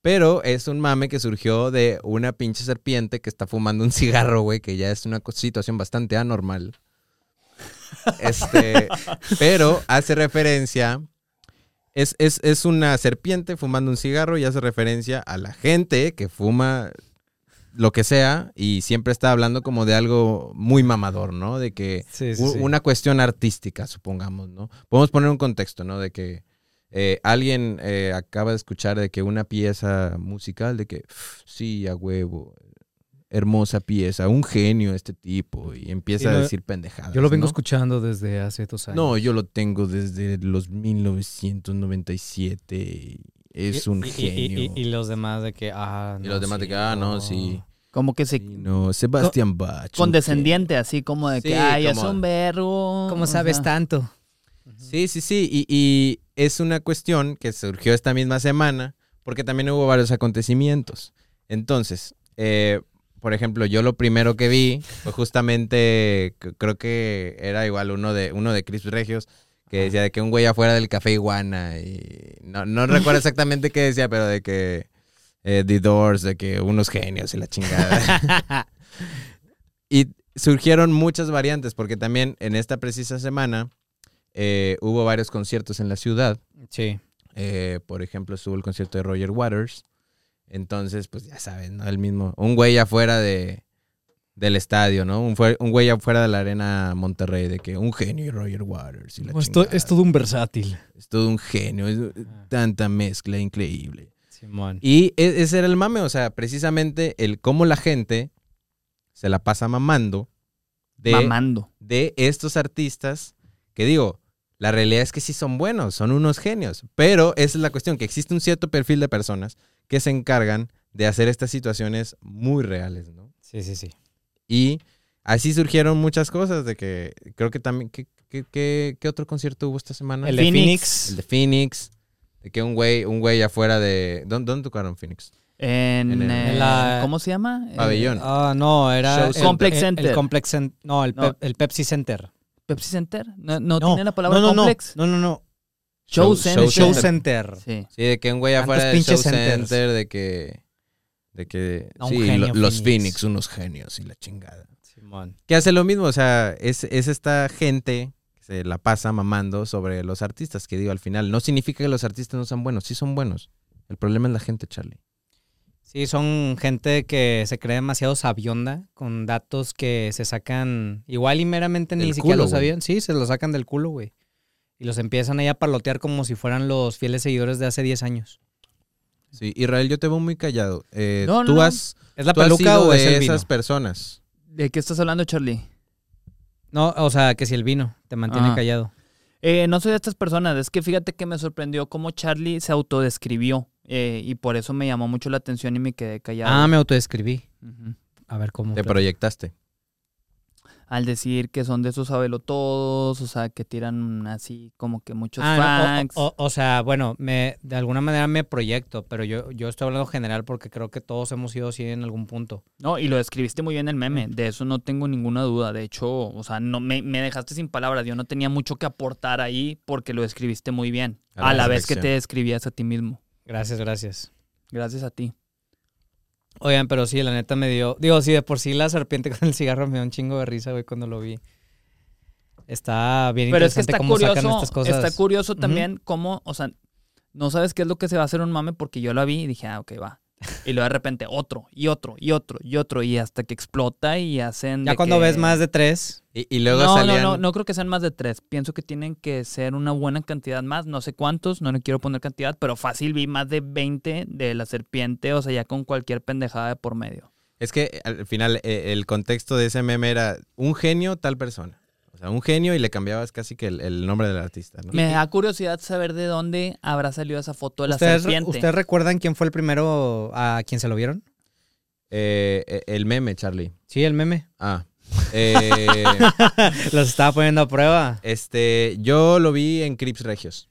Speaker 1: Pero es un mame que surgió de una pinche serpiente que está fumando un cigarro, güey, que ya es una co- situación bastante anormal. Este, pero hace referencia es, es- es una serpiente fumando un cigarro y hace referencia a la gente que fuma lo que sea y siempre está hablando como de algo muy mamador, ¿no? De que
Speaker 4: Sí, sí,
Speaker 1: u-
Speaker 4: sí.
Speaker 1: una cuestión artística, supongamos, ¿no? Podemos poner un contexto, ¿no? De que eh, alguien eh, acaba de escuchar de que una pieza musical, de que, sí, a huevo, hermosa pieza, un genio este tipo, y empieza
Speaker 4: Y
Speaker 1: a
Speaker 4: lo-
Speaker 1: decir pendejadas.
Speaker 4: Yo lo vengo
Speaker 1: ¿no?
Speaker 4: escuchando desde hace dos años.
Speaker 1: No, yo lo tengo desde los 1997. y Es
Speaker 4: Y-
Speaker 1: un
Speaker 4: y- y-
Speaker 1: genio.
Speaker 4: Y, y los demás de que, ah,
Speaker 1: Y los demás de
Speaker 4: sí,
Speaker 1: que, ah, no,
Speaker 4: oh.
Speaker 1: sí.
Speaker 2: Como que se...
Speaker 1: sí, no, Sebastián Bach.
Speaker 2: condescendiente, así como de
Speaker 1: Sí,
Speaker 2: que, ay, es
Speaker 1: como-
Speaker 2: un verbo.
Speaker 4: ¿Cómo
Speaker 2: o
Speaker 4: sabes
Speaker 2: sea.
Speaker 4: tanto?
Speaker 1: un genio. Sí, sí, sí. Y, y es una cuestión que surgió esta misma semana porque también hubo varios acontecimientos. Entonces, eh, por ejemplo, yo lo primero que vi fue justamente, c- creo que era igual uno de, uno de Chris Regios, que decía de que un güey afuera del café iguana y no, no recuerdo exactamente qué decía, pero de que eh, The Doors, de que unos genios y la chingada. y surgieron muchas variantes porque también en esta precisa semana eh, hubo varios conciertos en la ciudad.
Speaker 4: Sí.
Speaker 1: Eh, por ejemplo, estuvo el concierto de Roger Waters. Entonces, pues ya sabes, ¿no? El mismo. Un güey afuera de, del estadio, ¿no? Un, fue- un güey afuera de la arena Monterrey, de que un genio y Roger Waters. Y la chingada.
Speaker 4: un versátil.
Speaker 1: Es todo un genio, es tanta mezcla increíble.
Speaker 4: Simón.
Speaker 1: Y e- ese era el mame, o sea, precisamente el cómo la gente se la pasa mamando de,
Speaker 2: Mamando.
Speaker 1: de estos artistas que digo, la realidad es que sí son buenos, son unos genios, pero esa es la cuestión, que existe un cierto perfil de personas que se encargan de hacer estas situaciones muy reales, ¿no?
Speaker 4: Sí, sí, sí.
Speaker 1: Y así surgieron muchas cosas, de que creo que también, ¿qué, qué- qué- qué otro concierto hubo esta semana?
Speaker 4: El de Phoenix.
Speaker 2: Phoenix.
Speaker 1: El de Phoenix, de que un güey, un güey afuera de... ¿Dónde, dónde tocaron Phoenix?
Speaker 2: En,
Speaker 1: En el-
Speaker 2: eh,
Speaker 4: en la-
Speaker 2: ¿Cómo se llama?
Speaker 1: Pabellón.
Speaker 4: Ah, no, era.
Speaker 1: Show
Speaker 4: el-
Speaker 1: Center.
Speaker 2: Complex
Speaker 4: el- el
Speaker 2: Center.
Speaker 4: Complex Center. No, el,
Speaker 2: No.
Speaker 4: Pep- el Pepsi Center.
Speaker 2: Eh, Pepsi Center. No, no tiene la palabra
Speaker 4: no, no,
Speaker 2: complex.
Speaker 4: No, no, no.
Speaker 1: Show-
Speaker 2: Show Center.
Speaker 4: Show Center.
Speaker 2: Sí.
Speaker 1: Sí, de que un güey
Speaker 4: Tantos
Speaker 1: afuera del show
Speaker 4: pinches
Speaker 1: center,
Speaker 4: centers.
Speaker 1: de que. De que.
Speaker 4: No, un
Speaker 1: sí,
Speaker 4: genio
Speaker 1: lo- los
Speaker 4: Phoenix.
Speaker 1: Phoenix, unos genios y la chingada. Que hace lo mismo, o sea, es, es esta gente que se la pasa mamando sobre los artistas, que digo, al final, no significa que los artistas no sean buenos, sí son buenos. El problema es la gente, Charlie.
Speaker 4: Sí, son gente que se cree demasiado sabionda con datos que se sacan igual y meramente ni
Speaker 1: Del
Speaker 4: siquiera
Speaker 1: culo,
Speaker 4: lo
Speaker 1: güey.
Speaker 4: sabían. Sí, se los sacan del culo, güey. Y los empiezan ahí a parlotear como si fueran los fieles seguidores de hace 10 años.
Speaker 1: Sí, Israel, yo te veo muy callado. Eh,
Speaker 2: No, no,
Speaker 1: ¿Tú
Speaker 2: no.
Speaker 1: has,
Speaker 4: ¿Es la
Speaker 1: tú has
Speaker 4: peluca
Speaker 1: sido
Speaker 4: o es
Speaker 1: de
Speaker 4: el vino?
Speaker 1: esas personas?
Speaker 2: ¿De qué estás hablando, Charlie?
Speaker 4: No, o sea, que si el vino te mantiene
Speaker 2: Ah.
Speaker 4: callado.
Speaker 2: Eh, no soy de estas personas. Es que fíjate que me sorprendió cómo Charlie se autodescribió. eh, y por eso me llamó mucho la atención y me quedé callado.
Speaker 4: Ah, me autodescribí.
Speaker 2: Ujú.
Speaker 4: A ver cómo.
Speaker 1: Te
Speaker 4: fue.
Speaker 1: proyectaste.
Speaker 2: Al decir que son de esos sabelotodos, o sea, que tiran así como que muchos
Speaker 4: Ah, no,
Speaker 2: facts.
Speaker 4: o, o- o sea, bueno, me, de alguna manera me proyecto, pero yo, yo estoy hablando general porque creo que todos hemos sido así en algún punto.
Speaker 2: No, y lo describiste muy bien el meme,
Speaker 4: Mm.
Speaker 2: de eso no tengo ninguna duda. De hecho, o sea, no me, me dejaste sin palabras, yo no tenía mucho que aportar ahí porque lo describiste muy bien,
Speaker 1: A la
Speaker 2: a la vez que
Speaker 1: perfección.
Speaker 2: te describías a ti mismo.
Speaker 4: Gracias, gracias.
Speaker 2: Gracias a ti.
Speaker 4: Oigan, pero sí, la neta me dio. Digo, sí, de por sí la serpiente con el cigarro me dio un chingo de risa, güey, cuando lo vi. Está bien
Speaker 2: Pero es que
Speaker 4: interesante
Speaker 2: está
Speaker 4: cómo sacan
Speaker 2: curioso,
Speaker 4: estas cosas.
Speaker 2: está curioso también cómo, o sea, no sabes qué es lo que se va a hacer un mame porque yo lo vi y dije, ah, ok, va. Y luego de repente otro, y otro, y otro, y otro, y hasta que explota y hacen...
Speaker 4: ya
Speaker 2: de
Speaker 4: cuando
Speaker 2: que-
Speaker 4: ves más de tres,
Speaker 1: Y, y luego
Speaker 2: no,
Speaker 1: salían...
Speaker 2: no, no, no creo que sean más de tres. Pienso que tienen que ser una buena cantidad más. No sé cuántos, no le quiero poner cantidad, pero fácil vi más de 20 de la serpiente, o sea, ya con cualquier pendejada de por medio.
Speaker 1: Es que al final eh, el contexto de ese meme era un genio, tal persona. O sea, un genio y le cambiabas casi que el, el nombre del artista, ¿no?
Speaker 2: Me da curiosidad saber de dónde habrá salido esa foto de la
Speaker 4: ¿ustedes,
Speaker 2: serpiente.
Speaker 4: ¿ustedes recuerdan quién fue el primero a quien se lo vieron?
Speaker 1: Eh, eh, el meme, Charlie.
Speaker 4: Sí, el meme.
Speaker 1: Ah. Eh,
Speaker 4: Los estaba poniendo a prueba.
Speaker 1: este, yo lo vi en Crips Regios.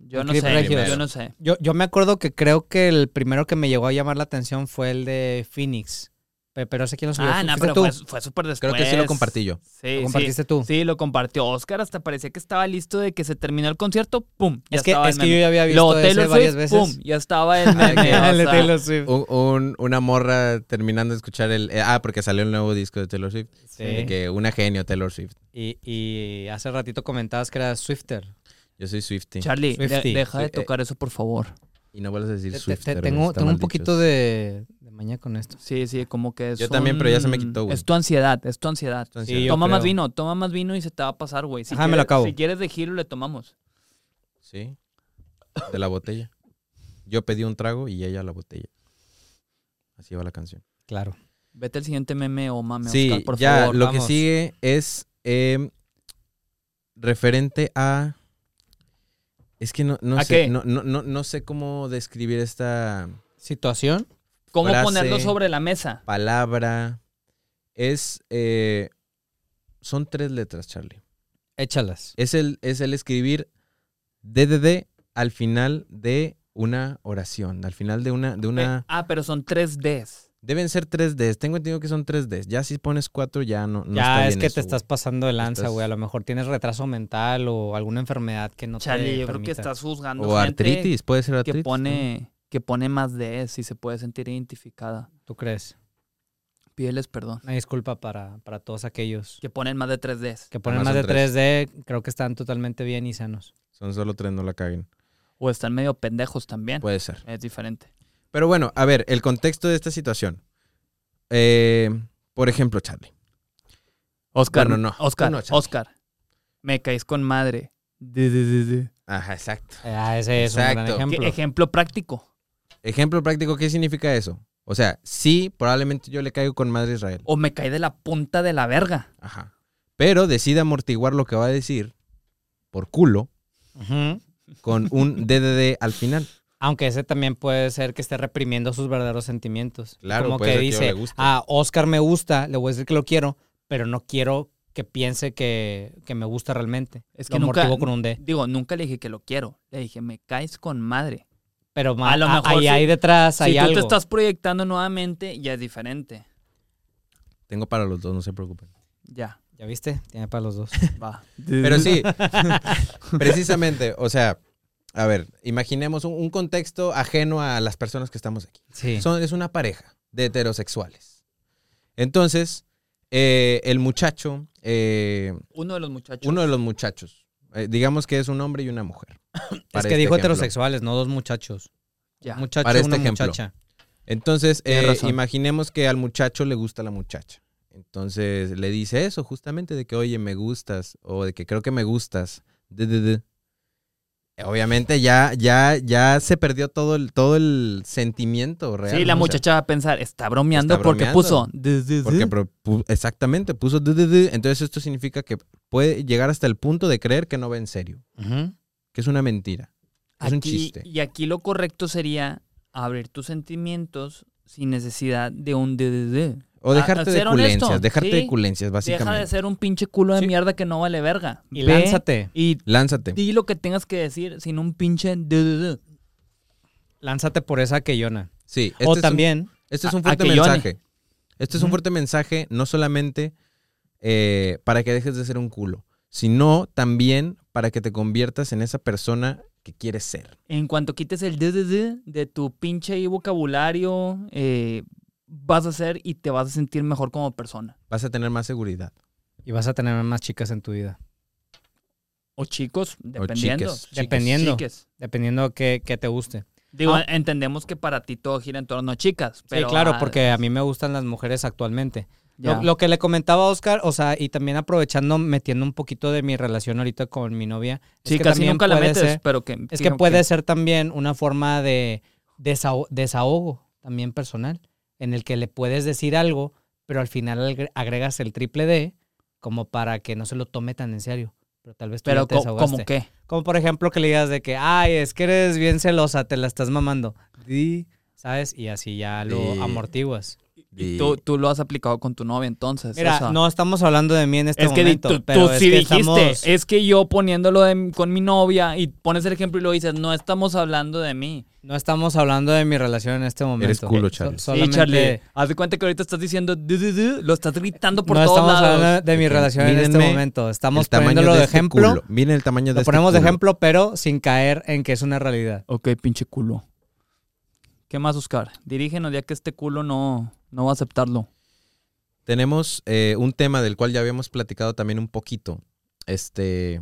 Speaker 2: Yo
Speaker 4: El
Speaker 2: no sé,
Speaker 4: clip regio.
Speaker 2: yo no sé.
Speaker 4: Yo, yo me acuerdo que creo que el primero que me llegó a llamar la ación fue el de Phoenix. Pe- Pero sé quién lo subió.
Speaker 2: Ah,
Speaker 4: Fu-
Speaker 2: no,
Speaker 4: fuiste
Speaker 2: pero
Speaker 4: tú.
Speaker 2: fue, fue súper después.
Speaker 1: Creo que
Speaker 4: Pues.
Speaker 1: sí lo compartí yo.
Speaker 2: Sí,
Speaker 4: Lo
Speaker 2: sí.
Speaker 4: compartiste tú.
Speaker 2: Sí, lo compartió. Oscar hasta parecía que estaba listo de que se terminó el concierto. ¡Pum! Ya
Speaker 4: es que,
Speaker 2: estaba el
Speaker 4: es que
Speaker 2: meme.
Speaker 4: yo ya había
Speaker 2: Luego
Speaker 4: visto ese
Speaker 2: Taylor
Speaker 4: varias
Speaker 2: Swift,
Speaker 4: veces. Ah,
Speaker 2: ¡Pum! Ya estaba el meme. o
Speaker 4: El de
Speaker 2: sea. uh.
Speaker 4: Taylor Swift.
Speaker 1: Un- un- una morra terminando de escuchar el... eh, ah, porque salió el nuevo disco de Taylor Swift. De
Speaker 4: Sí.
Speaker 1: que una genio, Taylor Swift.
Speaker 4: Y, y hace ratito comentabas que era Swifter.
Speaker 1: Yo soy Swiftie.
Speaker 2: Charlie, de-
Speaker 4: Swiftie.
Speaker 2: deja de
Speaker 1: Eh,
Speaker 2: tocar eso, por favor.
Speaker 1: y no vuelvas a decir
Speaker 4: Te- te-
Speaker 1: Swift.
Speaker 4: te- tengo tengo un poquito de, de maña con esto.
Speaker 2: Sí, sí, como que es
Speaker 1: Yo también, pero ya se me quitó, güey.
Speaker 2: Es tu ansiedad, es tu ansiedad.
Speaker 4: Sí, yo
Speaker 2: toma más
Speaker 4: creo.
Speaker 2: vino, toma más vino y se te va a pasar, güey. Si
Speaker 4: Ajá, me lo
Speaker 2: quieres-
Speaker 4: acabo.
Speaker 2: Si quieres de giro, le tomamos.
Speaker 1: Sí. De la botella. Yo pedí un trago y ella la botella. Así va la canción.
Speaker 4: Claro.
Speaker 2: Vete al siguiente meme o mame,
Speaker 1: sí,
Speaker 2: Oscar, por
Speaker 1: ya
Speaker 2: favor.
Speaker 1: lo
Speaker 4: vamos.
Speaker 1: que sigue es eh, referente a. Es que no, no
Speaker 2: ¿A
Speaker 1: sé.
Speaker 2: qué?
Speaker 1: No, no, no, no sé cómo describir esta
Speaker 4: Situación.
Speaker 2: ¿Cómo
Speaker 1: frase.
Speaker 2: ponerlo sobre la mesa?
Speaker 1: palabra. Es. eh, son tres letras, Charlie.
Speaker 4: Échalas.
Speaker 1: Es el, es el escribir DDD al final de una oración, al final de una, de una
Speaker 2: Eh, ah, pero son tres Ds.
Speaker 1: Deben ser 3Ds. Tengo entendido que son 3Ds. Ya si pones 4 ya no, no está
Speaker 4: ya es
Speaker 1: bien
Speaker 4: que
Speaker 1: eso,
Speaker 4: te
Speaker 1: güey.
Speaker 4: estás pasando de lanza,
Speaker 1: Estás-
Speaker 4: güey. A lo mejor tienes retraso mental o alguna enfermedad que no
Speaker 2: Charlie,
Speaker 4: te
Speaker 2: yo creo que
Speaker 4: permita.
Speaker 2: estás juzgando
Speaker 1: O
Speaker 2: gente
Speaker 1: artritis, puede ser artritis.
Speaker 2: que
Speaker 1: ¿no?
Speaker 2: pone, que pone más Ds y se puede sentir identificada.
Speaker 4: ¿Tú crees?
Speaker 2: Pídeles perdón.
Speaker 4: Una disculpa para, para todos aquellos
Speaker 2: Que ponen más de tres Ds.
Speaker 4: que ponen
Speaker 1: Además
Speaker 4: más de
Speaker 1: son tres.
Speaker 4: 3D. Creo que están totalmente bien y sanos.
Speaker 1: Son solo 3, no la caguen.
Speaker 2: O están medio pendejos también.
Speaker 1: Puede ser.
Speaker 2: es diferente.
Speaker 1: Pero bueno, a ver, el contexto de esta situación. Eh, por ejemplo, Charlie.
Speaker 2: Oscar,
Speaker 1: Bueno, no.
Speaker 2: Oscar,
Speaker 1: Tú no, Charlie.
Speaker 2: Oscar. Me caís con madre.
Speaker 1: Ajá, exacto.
Speaker 4: Ah, ese es un
Speaker 1: Exacto.
Speaker 4: gran
Speaker 2: ¿Qué
Speaker 4: ejemplo.
Speaker 2: ejemplo práctico?
Speaker 1: Ejemplo práctico, ¿qué significa eso? O sea, sí, probablemente yo le caigo con madre a Israel.
Speaker 2: O me caí de la punta de la verga.
Speaker 1: Ajá. Pero decide amortiguar lo que va a decir por culo
Speaker 4: Ujú.
Speaker 1: con un DDD al final.
Speaker 4: Aunque ese también puede ser que esté reprimiendo sus verdaderos sentimientos.
Speaker 1: Claro,
Speaker 4: Como
Speaker 1: puede
Speaker 4: que
Speaker 1: ser que no
Speaker 4: dice,
Speaker 1: le guste.
Speaker 4: ah, Oscar me gusta, le voy a decir que lo quiero, pero no quiero que piense que, que me gusta realmente.
Speaker 2: Es
Speaker 4: Lo
Speaker 2: que nunca-
Speaker 4: amortiguo con un D.
Speaker 2: Digo, nunca le dije que lo quiero. Le dije, me caes con madre.
Speaker 4: Pero
Speaker 2: A
Speaker 4: ma-
Speaker 2: lo
Speaker 4: a-
Speaker 2: mejor
Speaker 4: ahí
Speaker 2: sí.
Speaker 4: hay detrás,
Speaker 2: Si
Speaker 4: Pues hay
Speaker 2: tú
Speaker 4: algo.
Speaker 2: te estás proyectando nuevamente, ya es diferente.
Speaker 1: Tengo para los dos, no se preocupen.
Speaker 2: Ya.
Speaker 4: ¿Ya viste? Tiene para los dos.
Speaker 2: Va.
Speaker 1: Pero sí, precisamente, o sea, a ver, imaginemos un, un contexto ajeno a las personas que estamos aquí.
Speaker 4: Sí.
Speaker 1: Son, es una pareja de heterosexuales. Entonces, eh, el muchacho, eh,
Speaker 2: Uno de los muchachos.
Speaker 1: uno de los muchachos, eh, digamos que es un hombre y una mujer.
Speaker 4: es
Speaker 1: para
Speaker 4: que
Speaker 1: este
Speaker 4: dijo
Speaker 1: ejemplo.
Speaker 4: heterosexuales, no dos muchachos.
Speaker 2: Ya.
Speaker 4: Muchacho,
Speaker 1: Para este
Speaker 4: una
Speaker 1: ejemplo.
Speaker 4: muchacha.
Speaker 1: Entonces,
Speaker 4: Tienes
Speaker 1: eh,
Speaker 4: razón.
Speaker 1: imaginemos que al muchacho le gusta la muchacha. Entonces le dice eso, justamente de que, oye, me gustas, o de que creo que me gustas. de, de, de. Obviamente ya, ya, ya se perdió todo el, todo el sentimiento real.
Speaker 2: Sí, la
Speaker 1: ¿no? O sea,
Speaker 2: muchacha va a pensar, está bromeando
Speaker 1: Está
Speaker 2: porque
Speaker 1: bromeando.
Speaker 2: puso. "Du, du, du".
Speaker 1: Porque pro- pu- exactamente, puso du, du, du. Entonces esto significa que puede llegar hasta el punto de creer que no va en serio,
Speaker 4: Ujú.
Speaker 1: que es una mentira. Es un
Speaker 2: Aquí-
Speaker 1: chiste.
Speaker 2: Y aquí lo correcto sería abrir tus sentimientos sin necesidad de un DDD.
Speaker 1: O
Speaker 2: Ah,
Speaker 1: dejarte de
Speaker 2: ser honesto,
Speaker 1: culencias, dejarte de
Speaker 2: sí.
Speaker 1: culencias,
Speaker 2: Deja
Speaker 1: básicamente.
Speaker 2: de ser un pinche culo de
Speaker 4: Sí.
Speaker 2: mierda que no vale verga.
Speaker 4: Y
Speaker 2: Ve
Speaker 4: lánzate.
Speaker 2: Y
Speaker 1: Lánzate.
Speaker 2: di lo que tengas que decir sin un pinche DDD.
Speaker 4: Lánzate por esa queyona.
Speaker 1: Sí, este
Speaker 4: o
Speaker 1: es un-
Speaker 4: también,
Speaker 1: Este es un
Speaker 2: A- a
Speaker 1: fuerte
Speaker 2: que llore.
Speaker 1: mensaje. Este es un
Speaker 4: Ujú.
Speaker 1: fuerte mensaje, no solamente eh, para que dejes de ser un culo, sino también para que te conviertas en esa persona que quieres ser.
Speaker 2: En cuanto quites el DDD de tu pinche ahí vocabulario, eh, vas a ser y te vas a sentir mejor como persona.
Speaker 1: Vas a tener más seguridad.
Speaker 4: y vas a tener más chicas en tu vida.
Speaker 2: O chicos, dependiendo.
Speaker 1: chiques, chiques.
Speaker 4: Dependiendo.
Speaker 2: Chiques.
Speaker 4: Dependiendo que, que te guste.
Speaker 2: Digo,
Speaker 4: Ah.
Speaker 2: entendemos que para ti todo gira en torno a chicas. Pero
Speaker 4: sí, claro,
Speaker 2: ah,
Speaker 4: porque a mí me gustan las mujeres actualmente.
Speaker 2: ya.
Speaker 4: Lo, lo que le comentaba a Oscar, o sea, y también aprovechando, metiendo un poquito de mi relación ahorita con mi novia. es
Speaker 2: sí,
Speaker 4: que
Speaker 2: casi
Speaker 4: también
Speaker 2: nunca la
Speaker 4: puede
Speaker 2: metes,
Speaker 4: ser-
Speaker 2: pero que...
Speaker 4: es que puede ser también una forma de desao- desahogo también personal, en el que le puedes decir algo, pero al final agre- agregas el triple D como para que no se lo tome tan en serio. Pero tal vez tú ya
Speaker 2: Pero
Speaker 4: te
Speaker 2: co-
Speaker 4: desahogaste.
Speaker 2: como que...
Speaker 4: Como por ejemplo que le digas de que, ay, es que eres bien celosa, te la estás mamando. Di, ¿Sabes? Y así ya lo
Speaker 1: Di.
Speaker 4: amortiguas.
Speaker 2: Y
Speaker 1: Y-
Speaker 2: tú, tú lo has aplicado con tu novia, entonces.
Speaker 4: Mira,
Speaker 2: o sea,
Speaker 4: no estamos hablando de mí en este
Speaker 2: es que di-
Speaker 4: momento,
Speaker 2: tú, tú
Speaker 4: pero es
Speaker 2: sí
Speaker 4: que
Speaker 2: dijiste, eh.
Speaker 4: estamos...
Speaker 2: es que yo poniéndolo de- con mi novia y pones el ejemplo y lo dices, no estamos hablando de mí.
Speaker 4: No estamos hablando de mi relación en este momento.
Speaker 1: culo,
Speaker 4: Eh,
Speaker 1: Charlie.
Speaker 4: so-
Speaker 2: Sí,
Speaker 4: solamente-
Speaker 2: Charlie, haz de cuenta que ahorita estás diciendo, "Du, du, du", lo estás gritando por
Speaker 4: no
Speaker 2: todos
Speaker 4: estamos
Speaker 2: lados.
Speaker 4: hablando de mi
Speaker 1: Ok,
Speaker 4: relación en este
Speaker 1: mírenme
Speaker 4: momento. Estamos
Speaker 1: el tamaño
Speaker 4: poniéndolo de,
Speaker 1: este
Speaker 4: ejemplo.
Speaker 1: culo. Miren el tamaño de
Speaker 4: Lo
Speaker 1: este
Speaker 4: ponemos de
Speaker 1: culo.
Speaker 4: ejemplo, pero sin caer en que es una realidad.
Speaker 2: Ok, pinche culo. ¿Qué más, Oscar? Dirígenos ya que este culo no, no va a aceptarlo.
Speaker 1: Tenemos eh, un tema del cual ya habíamos platicado también un poquito, este,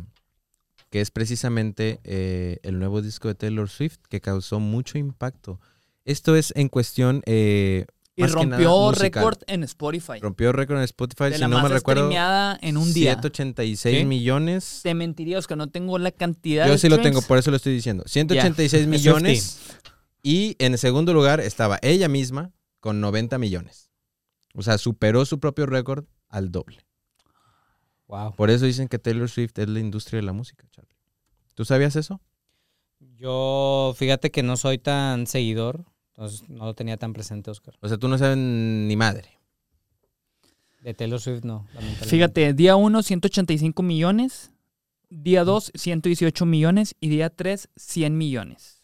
Speaker 1: que es precisamente eh, el nuevo disco de Taylor Swift que causó mucho impacto. Esto es en cuestión... eh,
Speaker 2: Y
Speaker 1: más que nada
Speaker 2: rompió
Speaker 1: musical.
Speaker 2: récord en Spotify.
Speaker 1: Rompió récord en Spotify,
Speaker 2: de
Speaker 1: si
Speaker 2: la
Speaker 1: no
Speaker 2: más
Speaker 1: me recuerdo.
Speaker 2: streameada en un día.
Speaker 1: 186
Speaker 4: ¿Sí?
Speaker 1: millones.
Speaker 2: Te mentiría, Oscar, no tengo la cantidad
Speaker 1: Yo
Speaker 2: de
Speaker 1: sí lo
Speaker 2: streams.
Speaker 1: tengo, por eso lo estoy diciendo. 186 millones. Y en segundo lugar estaba ella misma con 90 millones. O sea, superó su propio récord al doble.
Speaker 4: Wow.
Speaker 1: Por eso dicen que Taylor Swift es la industria de la música, Charlie. ¿Tú sabías eso?
Speaker 4: Yo, fíjate que no soy tan seguidor, entonces no lo tenía tan presente, Oscar.
Speaker 1: O sea, tú no sabes ni madre.
Speaker 4: De Taylor Swift no, lamentablemente.
Speaker 2: Fíjate, día 1, 185 millones. Día 2, 118 millones. Y día 3, 100 millones.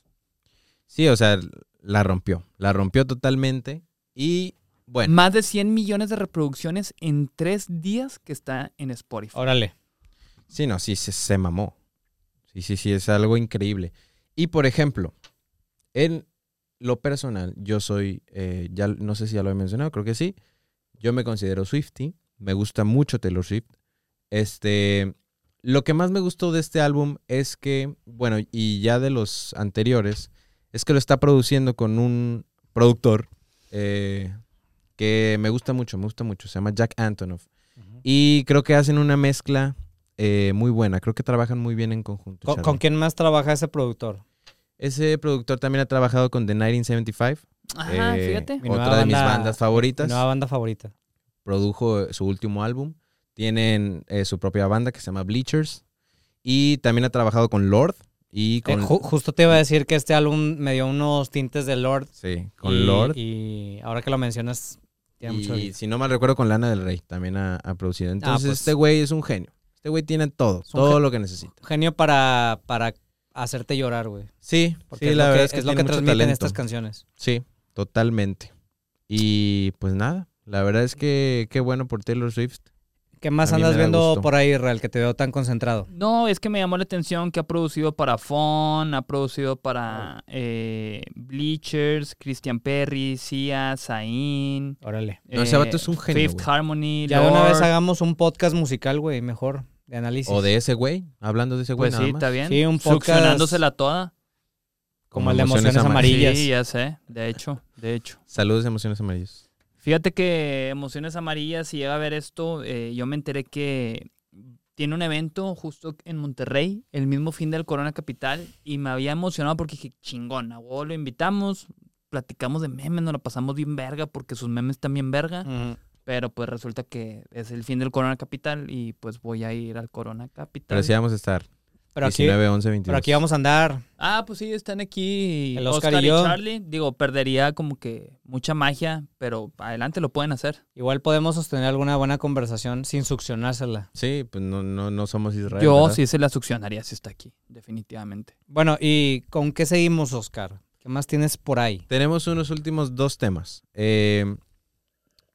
Speaker 1: Sí, o sea, la rompió. La rompió totalmente. Y bueno,
Speaker 2: Más de 100 millones de reproducciones en 3 días que está en Spotify.
Speaker 4: Órale.
Speaker 1: sí, no, sí, se, se mamó. Sí, sí, sí, es algo increíble. Y por ejemplo, en lo personal, yo soy, eh, ya no sé si ya lo he mencionado, creo que sí. Yo me considero Swifty, me gusta mucho Taylor Swift. Este, lo que más me gustó de este álbum es que, bueno, y ya de los anteriores, es que lo está produciendo con un productor eh, que me gusta mucho, me gusta mucho, se llama Jack Antonoff.
Speaker 4: Ujú.
Speaker 1: Y creo que hacen una mezcla eh, muy buena, creo que trabajan muy bien en conjunto.
Speaker 4: ¿Con,
Speaker 1: Charlie.
Speaker 4: con quién más trabaja ese productor?
Speaker 1: Ese productor también ha trabajado con The 1975.
Speaker 2: Ajá,
Speaker 1: eh,
Speaker 2: fíjate.
Speaker 4: Mi nueva
Speaker 1: Otra de mis
Speaker 4: banda-
Speaker 1: bandas
Speaker 4: Mi
Speaker 1: favoritas.
Speaker 4: nueva banda favorita.
Speaker 1: Produjo eh, su último álbum. Tienen eh, su propia banda que se llama Bleachers. Y también ha trabajado con Lord. Y
Speaker 4: Eh,
Speaker 1: con,
Speaker 4: ju- justo te iba a decir que este álbum me dio unos tintes de Lord.
Speaker 1: sí, con
Speaker 4: y,
Speaker 1: Lord. Y,
Speaker 4: Y ahora que lo mencionas, tiene mucho sentido.
Speaker 1: si no mal recuerdo, con Lana del Rey también ha, ha producido. Entonces,
Speaker 4: pues.
Speaker 1: este güey es un genio. Este güey tiene todo,
Speaker 4: Es un
Speaker 1: todo
Speaker 4: gen-
Speaker 1: lo que necesita.
Speaker 4: Genio para, para hacerte llorar, güey.
Speaker 1: Sí,
Speaker 4: Porque
Speaker 1: sí
Speaker 4: es
Speaker 1: la
Speaker 4: lo
Speaker 1: verdad
Speaker 4: que,
Speaker 1: es que
Speaker 4: es lo que
Speaker 1: tiene mucho
Speaker 4: transmiten
Speaker 1: talento.
Speaker 4: estas canciones.
Speaker 1: Sí, totalmente. Y pues nada, la verdad es que qué bueno por Taylor Swift.
Speaker 4: ¿Qué más
Speaker 1: A mí
Speaker 4: andas
Speaker 1: me da
Speaker 4: viendo
Speaker 1: gusto.
Speaker 4: por ahí, Real, que te veo tan concentrado?
Speaker 2: No, es que me llamó la atención que ha producido para Fon, ha producido
Speaker 1: Oh.
Speaker 2: para eh, Bleachers, Christian Perry, Sia, Zayn.
Speaker 4: Órale.
Speaker 1: No, ese vato es un genio,
Speaker 2: Eh, Fifth
Speaker 1: güey.
Speaker 2: Harmony.
Speaker 4: Ya de una
Speaker 2: Lorde.
Speaker 4: vez hagamos un podcast musical, güey, mejor, de análisis.
Speaker 1: O de ese güey, hablando de ese güey
Speaker 2: Pues
Speaker 1: nada
Speaker 2: sí,
Speaker 1: más.
Speaker 2: está bien.
Speaker 4: Sí, un podcast-
Speaker 2: Succionándosela toda.
Speaker 4: como el de Emociones Amarillas.
Speaker 2: Sí, ya sé. De hecho, de hecho.
Speaker 1: Saludos, emociones amarillas.
Speaker 2: Fíjate que Emociones Amarillas, si llega a ver esto, eh, yo me enteré que tiene un evento justo en Monterrey, el mismo fin del Corona Capital, y me había emocionado porque dije, chingón, a huevo lo invitamos, platicamos de memes, nos la pasamos bien verga porque sus memes están bien verga,
Speaker 1: Mm.
Speaker 4: Ujú.
Speaker 2: pero pues resulta que es el fin del Corona Capital y pues voy a ir al Corona
Speaker 1: Pero
Speaker 2: Capital.
Speaker 1: sí vamos a estar.
Speaker 4: Pero aquí,
Speaker 1: 19, 11, 22.
Speaker 4: pero aquí vamos a andar.
Speaker 2: Ah, pues sí, están aquí
Speaker 4: El
Speaker 2: Oscar,
Speaker 4: Oscar
Speaker 2: y,
Speaker 4: y yo.
Speaker 2: Charlie. Digo, perdería como que mucha magia, pero adelante lo pueden hacer.
Speaker 4: Igual podemos sostener alguna buena conversación sin succionársela.
Speaker 1: Sí, pues no, no, no somos Israel.
Speaker 2: Yo
Speaker 1: ¿verdad?
Speaker 2: sí se la succionaría si está aquí, definitivamente.
Speaker 4: Bueno, ¿y con qué seguimos, Oscar? ¿Qué más tienes por ahí?
Speaker 1: Tenemos unos últimos dos temas. Eh,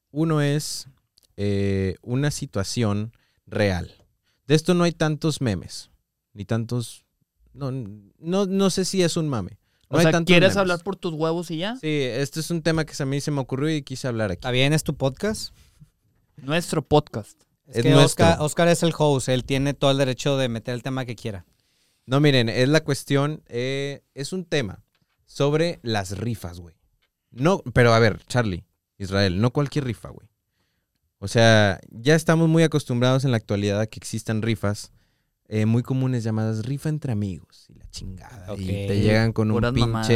Speaker 1: uno es eh, una situación real. De esto no hay tantos memes, ni tantos... No, no, no sé si es un mame. No
Speaker 2: o
Speaker 1: hay
Speaker 2: sea,
Speaker 1: tantos
Speaker 2: ¿quieres
Speaker 1: memes.
Speaker 2: hablar por tus huevos y ya?
Speaker 1: Sí, este es un tema que a mí se me ocurrió y quise hablar aquí.
Speaker 4: ¿Está bien? ¿Es tu podcast?
Speaker 2: Nuestro podcast.
Speaker 4: Es,
Speaker 1: Es
Speaker 4: que
Speaker 1: nuestro.
Speaker 4: Oscar, Oscar es el host, él tiene todo el derecho de meter el tema que quiera.
Speaker 1: No, miren, es la cuestión, eh, es un tema sobre las rifas, güey. No, pero a ver, Charlie, Israel, no cualquier rifa, güey. O sea, ya estamos muy acostumbrados en la actualidad a que existan rifas eh, muy comunes llamadas rifa entre amigos y la chingada. Y
Speaker 4: Ok,
Speaker 1: te llegan con un
Speaker 2: Puras
Speaker 1: pinche
Speaker 2: mamadas.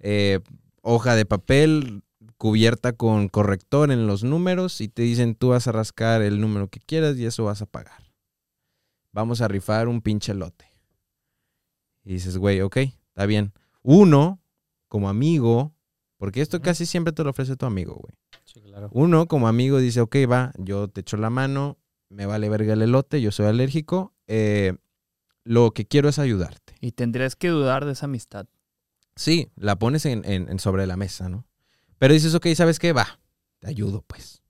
Speaker 1: eh, hoja de papel cubierta con corrector en los números y te dicen tú vas a rascar el número que quieras y eso vas a pagar. Vamos a rifar un pinche lote. Y dices, güey, ok, está bien. Uno, como amigo, porque esto
Speaker 4: Ujú.
Speaker 1: casi siempre te lo ofrece tu amigo, güey.
Speaker 4: Sí, claro.
Speaker 1: Uno, como amigo, dice, ok, va, yo te echo la mano, me vale verga el elote, yo soy alérgico, eh, lo que quiero es ayudarte.
Speaker 2: Y tendrías que dudar de esa amistad.
Speaker 1: Sí, la pones en, en- en sobre la mesa, ¿no? Pero dices, ok, ¿sabes qué? Va, te ayudo, pues.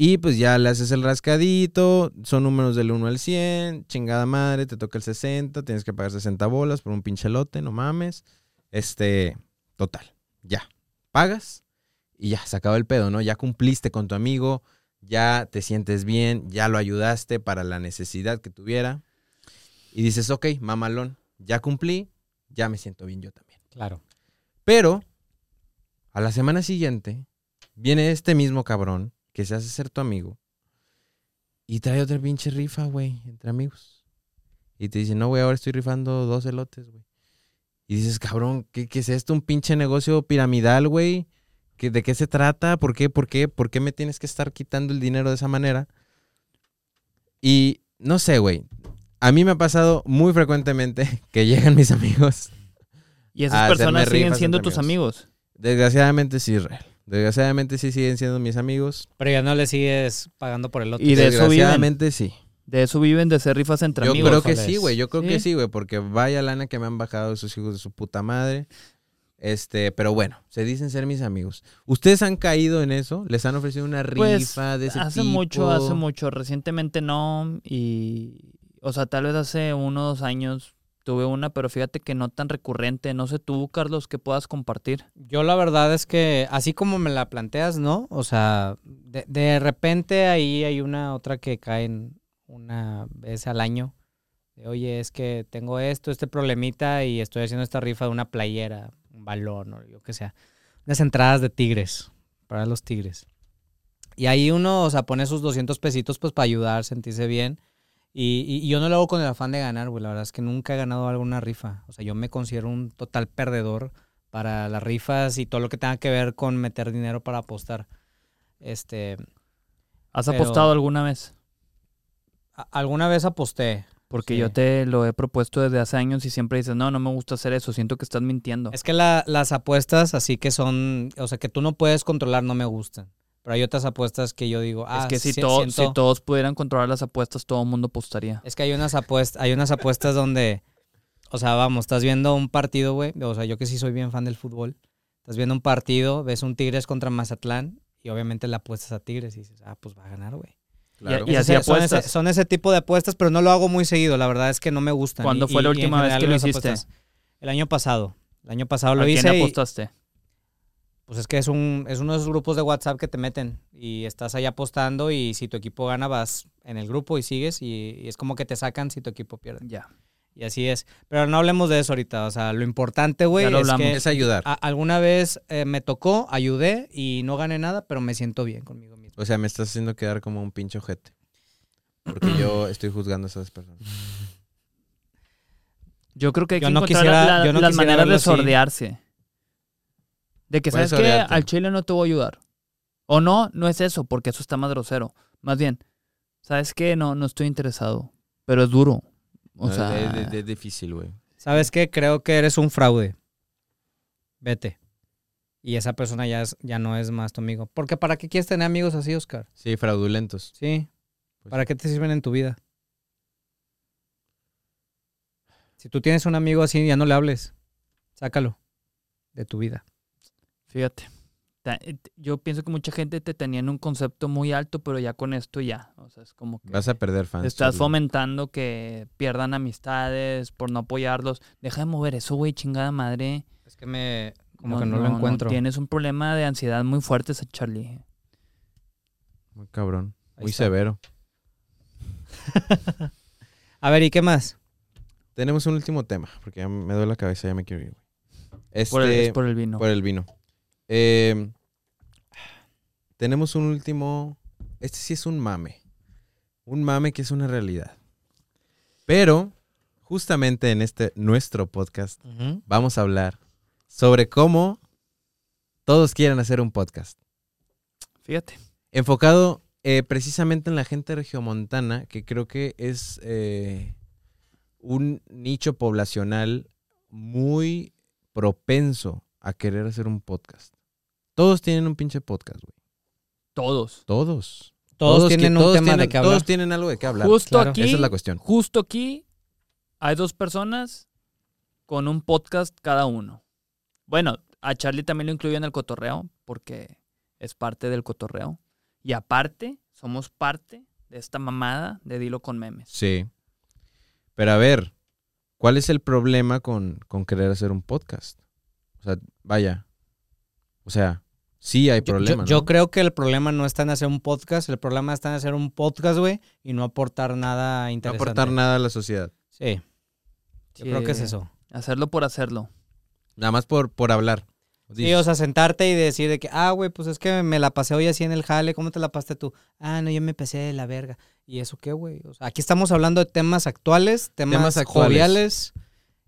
Speaker 1: Y pues ya le haces el rascadito, son números del 1 al 100, chingada madre, te toca el 60, tienes que pagar 60 bolas por un pinche lote, no mames. Este, total, ya, pagas y ya, se acaba el pedo, ¿no? Ya cumpliste con tu amigo, ya te sientes bien, ya lo ayudaste para la necesidad que tuviera. Y dices, ok, mamalón, ya cumplí, ya me siento bien yo también.
Speaker 4: Claro.
Speaker 1: Pero a la semana siguiente viene este mismo cabrón que se hace ser tu amigo y trae otra pinche rifa, güey, entre amigos. Y te dice, no, güey, ahora estoy rifando dos elotes, güey. Y dices, cabrón, ¿qué, qué es esto? ¿Un pinche negocio piramidal, güey? ¿Qué- ¿De qué se trata? ¿Por qué? ¿Por qué? ¿Por qué me tienes que estar quitando el dinero de esa manera? Y no sé, güey. A mí me ha pasado muy frecuentemente que llegan mis amigos
Speaker 2: Y
Speaker 1: A
Speaker 2: esas
Speaker 1: Ah, hacerme
Speaker 2: personas siguen
Speaker 1: rifas
Speaker 2: siendo
Speaker 1: entre
Speaker 2: tus amigos.
Speaker 1: Desgraciadamente sí, Israel. Desgraciadamente sí siguen siendo mis amigos.
Speaker 4: Pero ya no le sigues pagando por el otro.
Speaker 2: Y de eso viven.
Speaker 1: Desgraciadamente sí.
Speaker 2: De eso viven, de hacer rifas entre
Speaker 1: Yo
Speaker 2: amigos.
Speaker 1: creo que
Speaker 4: ojalá
Speaker 1: sí,
Speaker 4: es.
Speaker 1: güey. Yo creo
Speaker 2: Sí.
Speaker 1: que sí, güey. Porque vaya lana que me han bajado esos hijos de su puta madre. Este, pero bueno, se dicen ser mis amigos. ¿Ustedes han caído en eso? ¿Les han ofrecido una
Speaker 2: Pues,
Speaker 1: rifa de ese
Speaker 2: hace
Speaker 1: tipo?
Speaker 2: mucho, hace mucho. Recientemente no. Y. O sea, tal vez hace uno o dos años tuve una, pero fíjate que no tan recurrente. No sé tú, Carlos, que puedas compartir.
Speaker 4: Yo la verdad es que así como me la planteas, ¿no? O sea, de, de repente ahí hay una otra que caen una vez al año. De, Oye, es que tengo esto, este problemita y estoy haciendo esta rifa de una playera, un balón o yo qué sea. Unas entradas de tigres, para los tigres. Y ahí uno, o sea, pone sus 200 pesitos pues para ayudar, sentirse bien. Y, y- y yo no lo hago con el afán de ganar, güey. La verdad es que nunca he ganado alguna rifa. O sea, yo me considero un total perdedor para las rifas y todo lo que tenga que ver con meter dinero para apostar. Este,
Speaker 2: ¿Has
Speaker 4: Pero-
Speaker 2: apostado alguna vez?
Speaker 4: a- alguna vez aposté.
Speaker 2: Porque
Speaker 4: Sí.
Speaker 2: yo te lo he propuesto desde hace años y siempre dices, no, no me gusta hacer eso, siento que estás mintiendo.
Speaker 4: Es que la- las apuestas así que son, o sea, que tú no puedes controlar, no me gustan. Pero hay otras apuestas que yo digo, ah,
Speaker 2: es que si,
Speaker 4: sí,
Speaker 2: to-
Speaker 4: siento-
Speaker 2: si todos pudieran controlar las apuestas, todo el mundo apostaría.
Speaker 4: Es que hay unas apuestas, hay unas apuestas donde, o sea, vamos, estás viendo un partido, güey. O sea, yo que sí soy bien fan del fútbol. Estás viendo un partido, ves un Tigres contra Mazatlán y obviamente la apuestas a Tigres y dices, ah, pues va a ganar, güey.
Speaker 1: Claro.
Speaker 2: Y así
Speaker 4: Ese- son,
Speaker 2: apuestas.
Speaker 4: ese, son ese tipo de apuestas, pero no lo hago muy seguido. La verdad es que no me gustan.
Speaker 2: ¿Cuándo
Speaker 4: Y-
Speaker 2: fue la
Speaker 4: y- y en
Speaker 2: última vez
Speaker 4: general
Speaker 2: que lo
Speaker 4: las
Speaker 2: hiciste?
Speaker 4: apuestas. El año pasado. El año pasado
Speaker 2: ¿A
Speaker 4: lo
Speaker 2: quién
Speaker 4: hice. y-
Speaker 2: apostaste?
Speaker 4: pues es que es, un, es uno de esos grupos de WhatsApp que te meten y estás ahí apostando y si tu equipo gana vas en el grupo y sigues y, y es como que te sacan si tu equipo pierde.
Speaker 2: Ya.
Speaker 4: Y así es. Pero no hablemos de eso ahorita. O sea, lo importante, güey,
Speaker 2: Ya
Speaker 4: es
Speaker 2: lo hablamos.
Speaker 4: que
Speaker 1: Es ayudar.
Speaker 4: a- alguna vez eh, me tocó, ayudé y no gané nada, pero me siento bien conmigo mismo.
Speaker 1: O sea, me estás haciendo quedar como un pinche ojete. Porque yo estoy juzgando a esas personas.
Speaker 2: Yo creo que hay
Speaker 4: Yo
Speaker 2: que
Speaker 4: no
Speaker 2: encontrar
Speaker 4: quisiera-
Speaker 2: la-
Speaker 4: yo no
Speaker 2: las
Speaker 4: quisiera
Speaker 2: maneras de
Speaker 4: verlo así.
Speaker 2: sordearse. De que,
Speaker 1: Puedes
Speaker 2: ¿sabes qué?
Speaker 1: sordearte.
Speaker 2: Al chile no te voy a ayudar. O no, no es eso, porque eso está más grosero. Más bien, ¿sabes qué? No, no estoy interesado. Pero es duro. O
Speaker 1: No,
Speaker 2: sea,
Speaker 1: es, es- es difícil, güey.
Speaker 4: ¿Sabes qué? Creo que eres un fraude. Vete. Y esa persona ya, es, ya no es más tu amigo. Porque ¿para qué quieres tener amigos así, Oscar?
Speaker 1: Sí, fraudulentos.
Speaker 4: Sí.
Speaker 1: Pues
Speaker 4: ¿Para qué te sirven en tu vida? Si tú tienes un amigo así, ya no le hables. Sácalo de tu vida.
Speaker 2: fíjate. Ta- eh, Yo pienso que mucha gente te tenía en un concepto muy alto, pero ya con esto ya. O sea, es como que...
Speaker 1: Vas a perder fans.
Speaker 2: Estás
Speaker 1: Charlie.
Speaker 2: fomentando que pierdan amistades por no apoyarlos. Deja de mover eso, güey, chingada madre.
Speaker 4: Es que me... Como que no, lo encuentro.
Speaker 2: Tienes un problema de ansiedad muy fuerte, ese Charlie. eh.
Speaker 1: Muy cabrón.
Speaker 4: Ahí
Speaker 1: Muy
Speaker 4: está.
Speaker 1: severo.
Speaker 4: A ver, ¿y qué más?
Speaker 1: Tenemos un último tema, porque ya me duele la cabeza, ya me quiero ir, güey. Este,
Speaker 2: Por el, es por el vino.
Speaker 1: por el vino. Eh, tenemos un último. Este sí es un mame. Un mame que es una realidad. Pero, justamente en este nuestro podcast, vamos a hablar sobre cómo todos quieren hacer un podcast
Speaker 2: Fíjate.
Speaker 1: enfocado eh, precisamente en la gente regiomontana, que creo que es eh, un nicho poblacional muy propenso a querer hacer un podcast. Todos tienen un pinche podcast, güey.
Speaker 2: Todos.
Speaker 1: Todos.
Speaker 4: Todos,
Speaker 1: que-
Speaker 4: tienen un
Speaker 1: todos
Speaker 4: tema de
Speaker 1: tienen-
Speaker 4: que hablar.
Speaker 1: Todos tienen algo de qué hablar.
Speaker 2: justo
Speaker 4: claro.
Speaker 2: aquí.
Speaker 1: Esa es la cuestión.
Speaker 2: Justo aquí hay dos personas con un podcast cada uno. Bueno, a Charlie también lo incluyo en el cotorreo, porque es parte del cotorreo. Y aparte, somos parte de esta mamada de Dilo con memes.
Speaker 1: Sí. Pero a ver, ¿cuál es el problema con, con querer hacer un podcast? O sea, vaya. O sea, sí hay
Speaker 4: Yo- yo,
Speaker 1: problema.
Speaker 4: yo
Speaker 1: ¿no?
Speaker 4: creo que el problema no está en hacer un podcast, el problema está en hacer un podcast, güey, y no aportar nada
Speaker 1: no
Speaker 4: interesante.
Speaker 1: aportar nada a la sociedad.
Speaker 4: Sí, yo creo
Speaker 2: eh,
Speaker 4: que es eso.
Speaker 2: Hacerlo por hacerlo.
Speaker 1: Nada más por, por hablar.
Speaker 4: Sí, o sea, sentarte y decir de que, ah, güey, pues es que me la pasé hoy así en el jale, ¿cómo te la pasaste tú? Ah, no, yo me pasé de la verga. ¿Y eso qué, güey? O sea, aquí estamos hablando de temas actuales, temas,
Speaker 1: Temas actuales.
Speaker 4: joviales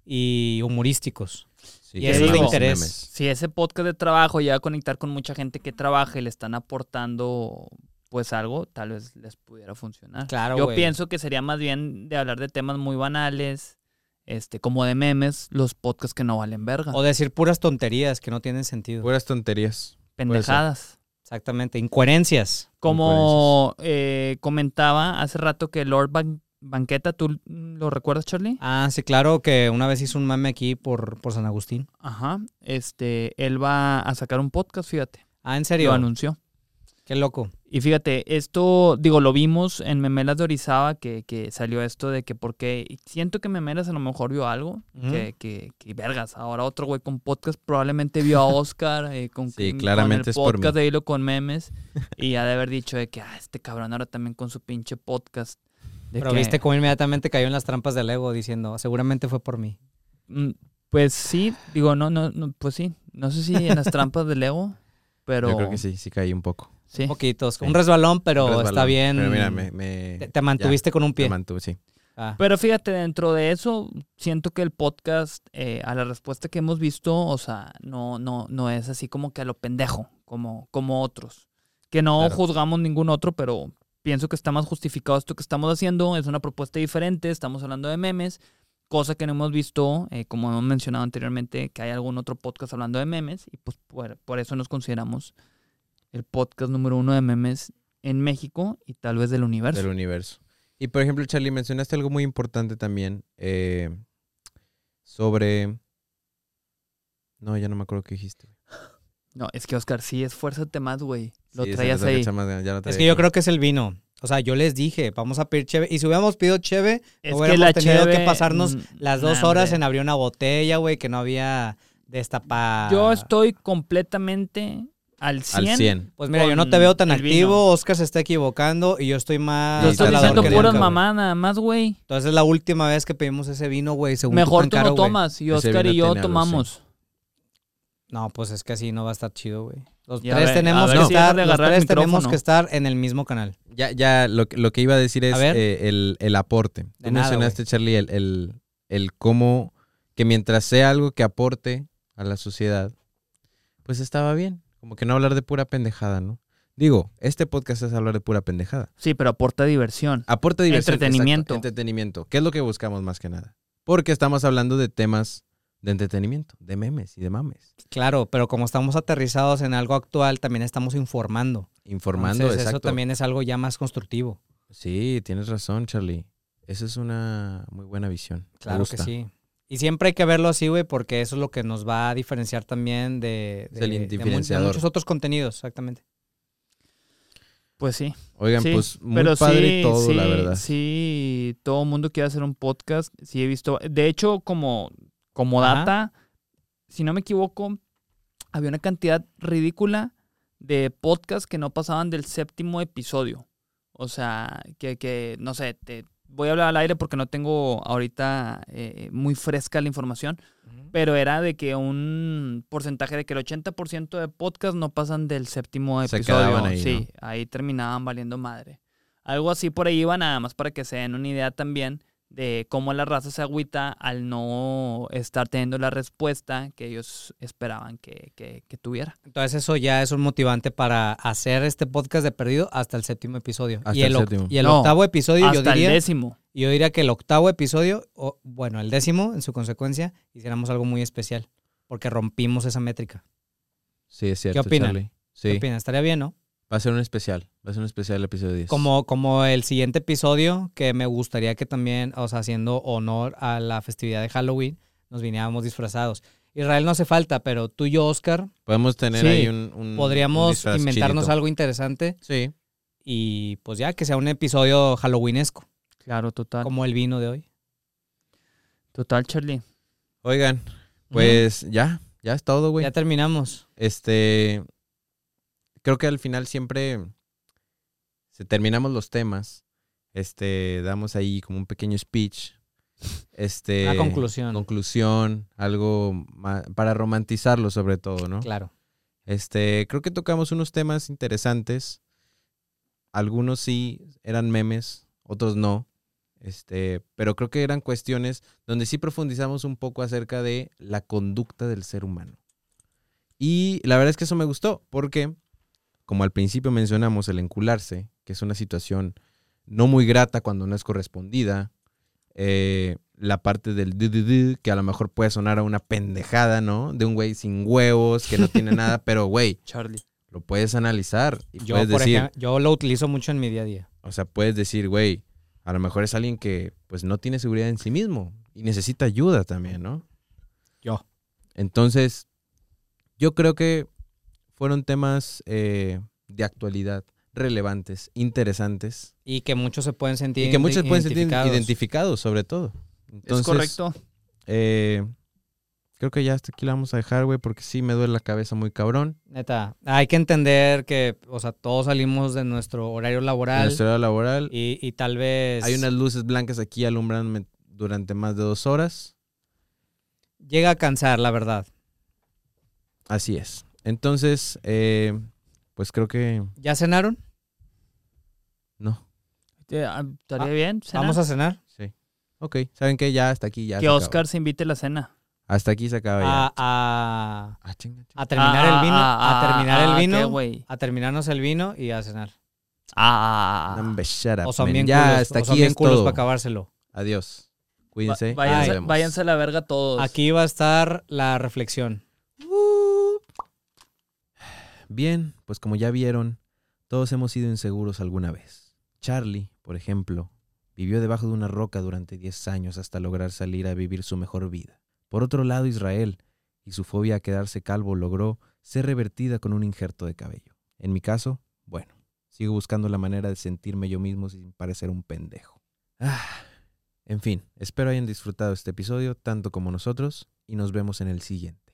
Speaker 4: y humorísticos.
Speaker 1: Sí,
Speaker 4: y
Speaker 1: que
Speaker 2: eso
Speaker 1: no
Speaker 2: es lo
Speaker 1: memes.
Speaker 4: interés.
Speaker 2: Si ese podcast de trabajo llega a conectar con mucha gente que trabaja y le están aportando pues algo, tal vez les pudiera funcionar.
Speaker 4: Claro,
Speaker 2: Yo
Speaker 4: güey.
Speaker 2: pienso que sería más bien de hablar de temas muy banales, este, como de memes, los podcasts que no valen verga,
Speaker 4: O decir puras tonterías que no tienen sentido.
Speaker 1: Puras tonterías.
Speaker 2: pendejadas.
Speaker 4: Exactamente, incoherencias.
Speaker 2: Como eh, comentaba hace rato que Lord Ban- Banqueta, ¿tú lo recuerdas, Charlie?
Speaker 4: Ah, sí, claro que una vez hizo un mame aquí por, por San Agustín.
Speaker 2: Ajá. Este, él va a sacar un podcast, fíjate.
Speaker 4: Ah, en
Speaker 2: Lo
Speaker 4: serio.
Speaker 2: anunció.
Speaker 4: Qué loco.
Speaker 2: Y fíjate, esto, digo, lo vimos en Memelas de Orizaba, que, que salió esto de que porque y siento que Memelas a lo mejor vio algo,
Speaker 1: Mm.
Speaker 4: Ujú.
Speaker 2: que, que, que vergas, ahora otro güey con podcast probablemente vio a Oscar, eh, con,
Speaker 1: Sí,
Speaker 2: con
Speaker 1: claramente
Speaker 2: el
Speaker 1: es por
Speaker 2: podcast
Speaker 1: mí.
Speaker 2: de Hilo con Memes, y ha de haber dicho de que, ah, este cabrón ahora también con su pinche podcast. de
Speaker 4: Pero
Speaker 2: que,
Speaker 4: viste cómo inmediatamente cayó en las trampas del ego diciendo, seguramente fue por mí.
Speaker 2: mm, Pues sí, digo, no, no, no, pues sí, no sé si en las trampas del ego, pero...
Speaker 1: Yo creo que sí, sí caí un poco.
Speaker 2: Eh, sí.
Speaker 4: Un poquitos.
Speaker 1: Sí.
Speaker 4: Un resbalón, pero
Speaker 1: Un
Speaker 4: está
Speaker 1: resbalón.
Speaker 4: bien.
Speaker 1: Pero mira, me, me-
Speaker 4: te, te mantuviste con un
Speaker 1: me
Speaker 4: pie.
Speaker 1: mantuve, sí.
Speaker 4: Ah.
Speaker 2: Pero fíjate, dentro de eso, siento que el podcast, eh, a la respuesta que hemos visto, o sea, no, no, no es así como que a lo pendejo, como, como otros. Que no
Speaker 1: Claro.
Speaker 2: juzgamos ningún otro, pero pienso que está más justificado esto que estamos haciendo. Es una propuesta diferente, estamos hablando de memes, cosa que no hemos visto, eh, como hemos mencionado anteriormente, que hay algún otro podcast hablando de memes, y pues por, por eso nos consideramos el podcast número uno de memes en México y tal vez del universo.
Speaker 1: Del universo. Y por ejemplo, Charlie, mencionaste algo muy importante también eh, sobre... No, ya no me acuerdo qué dijiste.
Speaker 2: No, es que Oscar, sí, esfuérzate más, güey. Lo
Speaker 1: Sí, se
Speaker 2: traías
Speaker 1: me tengo que
Speaker 2: ahí.
Speaker 1: echar más ganas, ya lo
Speaker 4: Es
Speaker 1: traía
Speaker 4: que yo
Speaker 1: aquí.
Speaker 4: creo que es el vino. O sea, yo les dije, vamos a pedir cheve. Y si hubiéramos pedido cheve,
Speaker 2: Es que
Speaker 4: no hubiéramos
Speaker 2: la
Speaker 4: tenido
Speaker 2: cheve,
Speaker 4: que pasarnos
Speaker 2: mm,
Speaker 4: las dos
Speaker 2: nah,
Speaker 4: horas
Speaker 2: hombre.
Speaker 4: en abrir una botella, güey, que no había destapar.
Speaker 2: Yo estoy completamente al 100.
Speaker 1: Al 100.
Speaker 4: Pues mira, yo no
Speaker 2: con
Speaker 4: te veo tan
Speaker 2: el vino.
Speaker 4: activo, Oscar se está equivocando y yo estoy más...
Speaker 2: Yo estoy
Speaker 1: Instalador
Speaker 2: diciendo
Speaker 4: que
Speaker 2: puras
Speaker 4: nunca, güey.
Speaker 2: mamá nada más, güey.
Speaker 4: Entonces la última vez que pedimos ese vino, güey, según tú
Speaker 2: Mejor
Speaker 4: tan
Speaker 2: tú
Speaker 4: caro,
Speaker 2: no
Speaker 4: güey.
Speaker 2: tomas y
Speaker 1: Ese
Speaker 2: Oscar y
Speaker 1: vino
Speaker 2: yo
Speaker 1: tiene algo,
Speaker 2: tomamos.
Speaker 4: No, pues es que así no va a estar chido, güey. Los
Speaker 2: Ya
Speaker 4: tres
Speaker 2: ve, a
Speaker 4: tenemos
Speaker 2: ver
Speaker 4: que
Speaker 2: si dejas
Speaker 4: estar,
Speaker 2: de
Speaker 4: los
Speaker 2: agarrar el
Speaker 4: tres tenemos
Speaker 2: micrófono.
Speaker 4: que estar en el mismo canal.
Speaker 1: Ya, ya, lo, que- lo que iba a decir es
Speaker 4: A ver.
Speaker 1: eh, el, el aporte. Tú
Speaker 4: nada,
Speaker 1: mencionaste, Charlie, el, el, el cómo que mientras sea algo que aporte a la sociedad, pues estaba bien. Como que no hablar de pura pendejada, ¿no? Digo, este podcast es hablar de pura pendejada.
Speaker 2: Sí, pero aporta diversión.
Speaker 1: Aporte diversión. exacto,
Speaker 2: Entretenimiento.
Speaker 1: entretenimiento. ¿Qué es lo que buscamos más que nada? Porque estamos hablando de temas de entretenimiento, de memes y de mames.
Speaker 4: Claro, pero como estamos aterrizados en algo actual, también estamos informando.
Speaker 1: Informando,
Speaker 4: Entonces,
Speaker 1: exacto.
Speaker 4: eso también es algo ya más constructivo.
Speaker 1: Sí, tienes razón, Charlie. Esa es una muy buena visión. Me
Speaker 4: Claro que
Speaker 1: gusta.
Speaker 4: sí. Y siempre hay que verlo así, güey, porque eso es lo que nos va a diferenciar también de,
Speaker 1: Es
Speaker 4: de-
Speaker 1: el
Speaker 4: de mu- de
Speaker 1: diferenciador.
Speaker 4: muchos otros contenidos, exactamente.
Speaker 2: Pues sí.
Speaker 1: Oigan,
Speaker 2: Sí,
Speaker 1: pues muy
Speaker 2: pero
Speaker 1: padre
Speaker 2: sí,
Speaker 1: todo,
Speaker 2: sí,
Speaker 1: la verdad.
Speaker 2: Sí, todo el mundo quiere hacer un podcast. Sí, he visto. De hecho, como, como
Speaker 4: Ajá.
Speaker 2: data, si no me equivoco, había una cantidad ridícula de podcasts que no pasaban del séptimo episodio. O sea, que, que no sé, te voy a hablar al aire porque no tengo ahorita eh, muy fresca la información. Pero era de que un porcentaje de que el 80% de podcast no pasan del séptimo
Speaker 1: Se
Speaker 2: episodio.
Speaker 1: quedaban ahí,
Speaker 2: sí, ahí terminaban valiendo madre. Algo así por ahí iba nada más para que se den una idea también de cómo la raza se agüita al no estar teniendo la respuesta que ellos esperaban que, que- que tuviera.
Speaker 4: Entonces eso ya es un motivante para hacer este podcast de perdido hasta el séptimo episodio.
Speaker 1: Hasta
Speaker 4: y el,
Speaker 1: el
Speaker 4: oc-
Speaker 1: séptimo.
Speaker 4: y el
Speaker 2: No,
Speaker 4: octavo episodio, yo
Speaker 2: Hasta el
Speaker 4: diría,
Speaker 2: décimo.
Speaker 4: yo diría que el octavo episodio, o bueno, el décimo, en su consecuencia, hiciéramos algo muy especial, porque rompimos esa métrica.
Speaker 1: Sí, es cierto.
Speaker 4: opinan?
Speaker 1: Charlie.
Speaker 4: ¿Qué
Speaker 1: Sí,
Speaker 4: opinas? Estaría bien, ¿no?
Speaker 1: va a ser un especial. Va a ser un especial el episodio 10.
Speaker 4: Como, como el siguiente episodio, que me gustaría que también, o sea, haciendo honor a la festividad de Halloween, nos viniéramos disfrazados. Israel no hace falta, pero tú y yo, Oscar,
Speaker 1: Podemos tener
Speaker 4: Sí,
Speaker 1: ahí un. Mm, un- un
Speaker 4: podríamos
Speaker 1: disfraz
Speaker 4: inventarnos
Speaker 1: chidito.
Speaker 4: algo interesante
Speaker 1: Sí.
Speaker 4: y pues ya que sea un episodio halloweenesco,
Speaker 2: Claro, total.
Speaker 4: como el vino de hoy.
Speaker 2: Total, Charlie.
Speaker 1: Oigan, pues ya. Ya es todo, güey.
Speaker 4: Ya terminamos.
Speaker 1: Este. Creo que al final siempre. se- terminamos los temas. Este. Damos ahí como un pequeño speech. Este.
Speaker 4: Una conclusión.
Speaker 1: Conclusión. Algo ma- para romantizarlo, sobre todo, ¿no?
Speaker 4: Claro.
Speaker 1: Este, creo que tocamos unos temas interesantes. Algunos sí eran memes, otros no. Este, pero creo que eran cuestiones donde sí profundizamos un poco acerca de la conducta del ser humano. Y la verdad es que eso me gustó, porque como al principio mencionamos, el encularse, que es una situación no muy grata cuando no es correspondida, eh, la parte del du- du- du, que a lo mejor puede sonar a una pendejada, ¿no? De un güey sin huevos, que no tiene nada, pero güey,
Speaker 2: Charlie.
Speaker 1: lo puedes analizar y
Speaker 4: Yo,
Speaker 1: puedes
Speaker 4: por
Speaker 1: decir,
Speaker 4: ejem- yo lo utilizo mucho en mi día a día.
Speaker 1: o sea, puedes decir, güey, a lo mejor es alguien que pues no tiene seguridad en sí mismo y necesita ayuda también, ¿no?
Speaker 4: Yo.
Speaker 1: Entonces, yo creo que fueron temas eh, de actualidad, relevantes, interesantes.
Speaker 4: Y que muchos se pueden sentir
Speaker 1: Y que muchos
Speaker 4: ident-
Speaker 1: pueden sentir
Speaker 4: identificados.
Speaker 1: identificados, sobre todo. Entonces,
Speaker 2: es correcto.
Speaker 1: eh, creo que ya hasta aquí la vamos a dejar, güey, porque sí me duele la cabeza muy cabrón.
Speaker 4: Neta, hay que entender que, o sea, todos salimos de nuestro horario
Speaker 1: En
Speaker 4: laboral
Speaker 1: nuestra hora laboral.
Speaker 4: y, y tal vez
Speaker 1: Hay unas luces blancas aquí alumbrándome durante más de dos horas.
Speaker 4: llega a cansar, la verdad.
Speaker 1: Así es. Entonces, eh, pues creo que
Speaker 4: ¿Ya cenaron?
Speaker 1: no.
Speaker 2: Eh, ah, Estaría
Speaker 4: Ah,
Speaker 2: bien. cena?
Speaker 4: Vamos a cenar.
Speaker 1: Sí. Ok. ¿Saben qué? Ya hasta aquí ya.
Speaker 2: que
Speaker 1: se acaba.
Speaker 2: Oscar se invite a la cena.
Speaker 1: Hasta aquí se acaba ya.
Speaker 4: A, a-
Speaker 1: Ah, chinga, chinga.
Speaker 4: a terminar
Speaker 2: Ah,
Speaker 4: el vino.
Speaker 2: ah, ah,
Speaker 4: a terminar
Speaker 2: ah,
Speaker 4: el
Speaker 2: ¿qué,
Speaker 4: vino.
Speaker 2: güey?
Speaker 4: a terminarnos el vino y a cenar.
Speaker 2: Ah, ah, ah.
Speaker 1: Dame, shut up,
Speaker 4: O son
Speaker 1: man.
Speaker 4: bien
Speaker 1: ya
Speaker 4: culos,
Speaker 1: hasta
Speaker 4: o son
Speaker 1: aquí
Speaker 4: bien
Speaker 1: es
Speaker 4: culos
Speaker 1: todo.
Speaker 4: para acabárselo.
Speaker 1: Adiós. Cuídense.
Speaker 2: Va- váyanse,
Speaker 1: Nos vemos.
Speaker 2: váyanse a la verga todos.
Speaker 4: Aquí va a estar la reflexión.
Speaker 1: Bien, pues como ya vieron, todos hemos sido inseguros alguna vez. Charlie, por ejemplo, vivió debajo de una roca durante 10 años hasta lograr salir a vivir su mejor vida. Por otro lado, Israel y su fobia a quedarse calvo logró ser revertida con un injerto de cabello. En mi caso, bueno, Sigo buscando la manera de sentirme yo mismo sin parecer un pendejo. Ah, en fin, espero hayan disfrutado este episodio tanto como nosotros y nos vemos en el siguiente.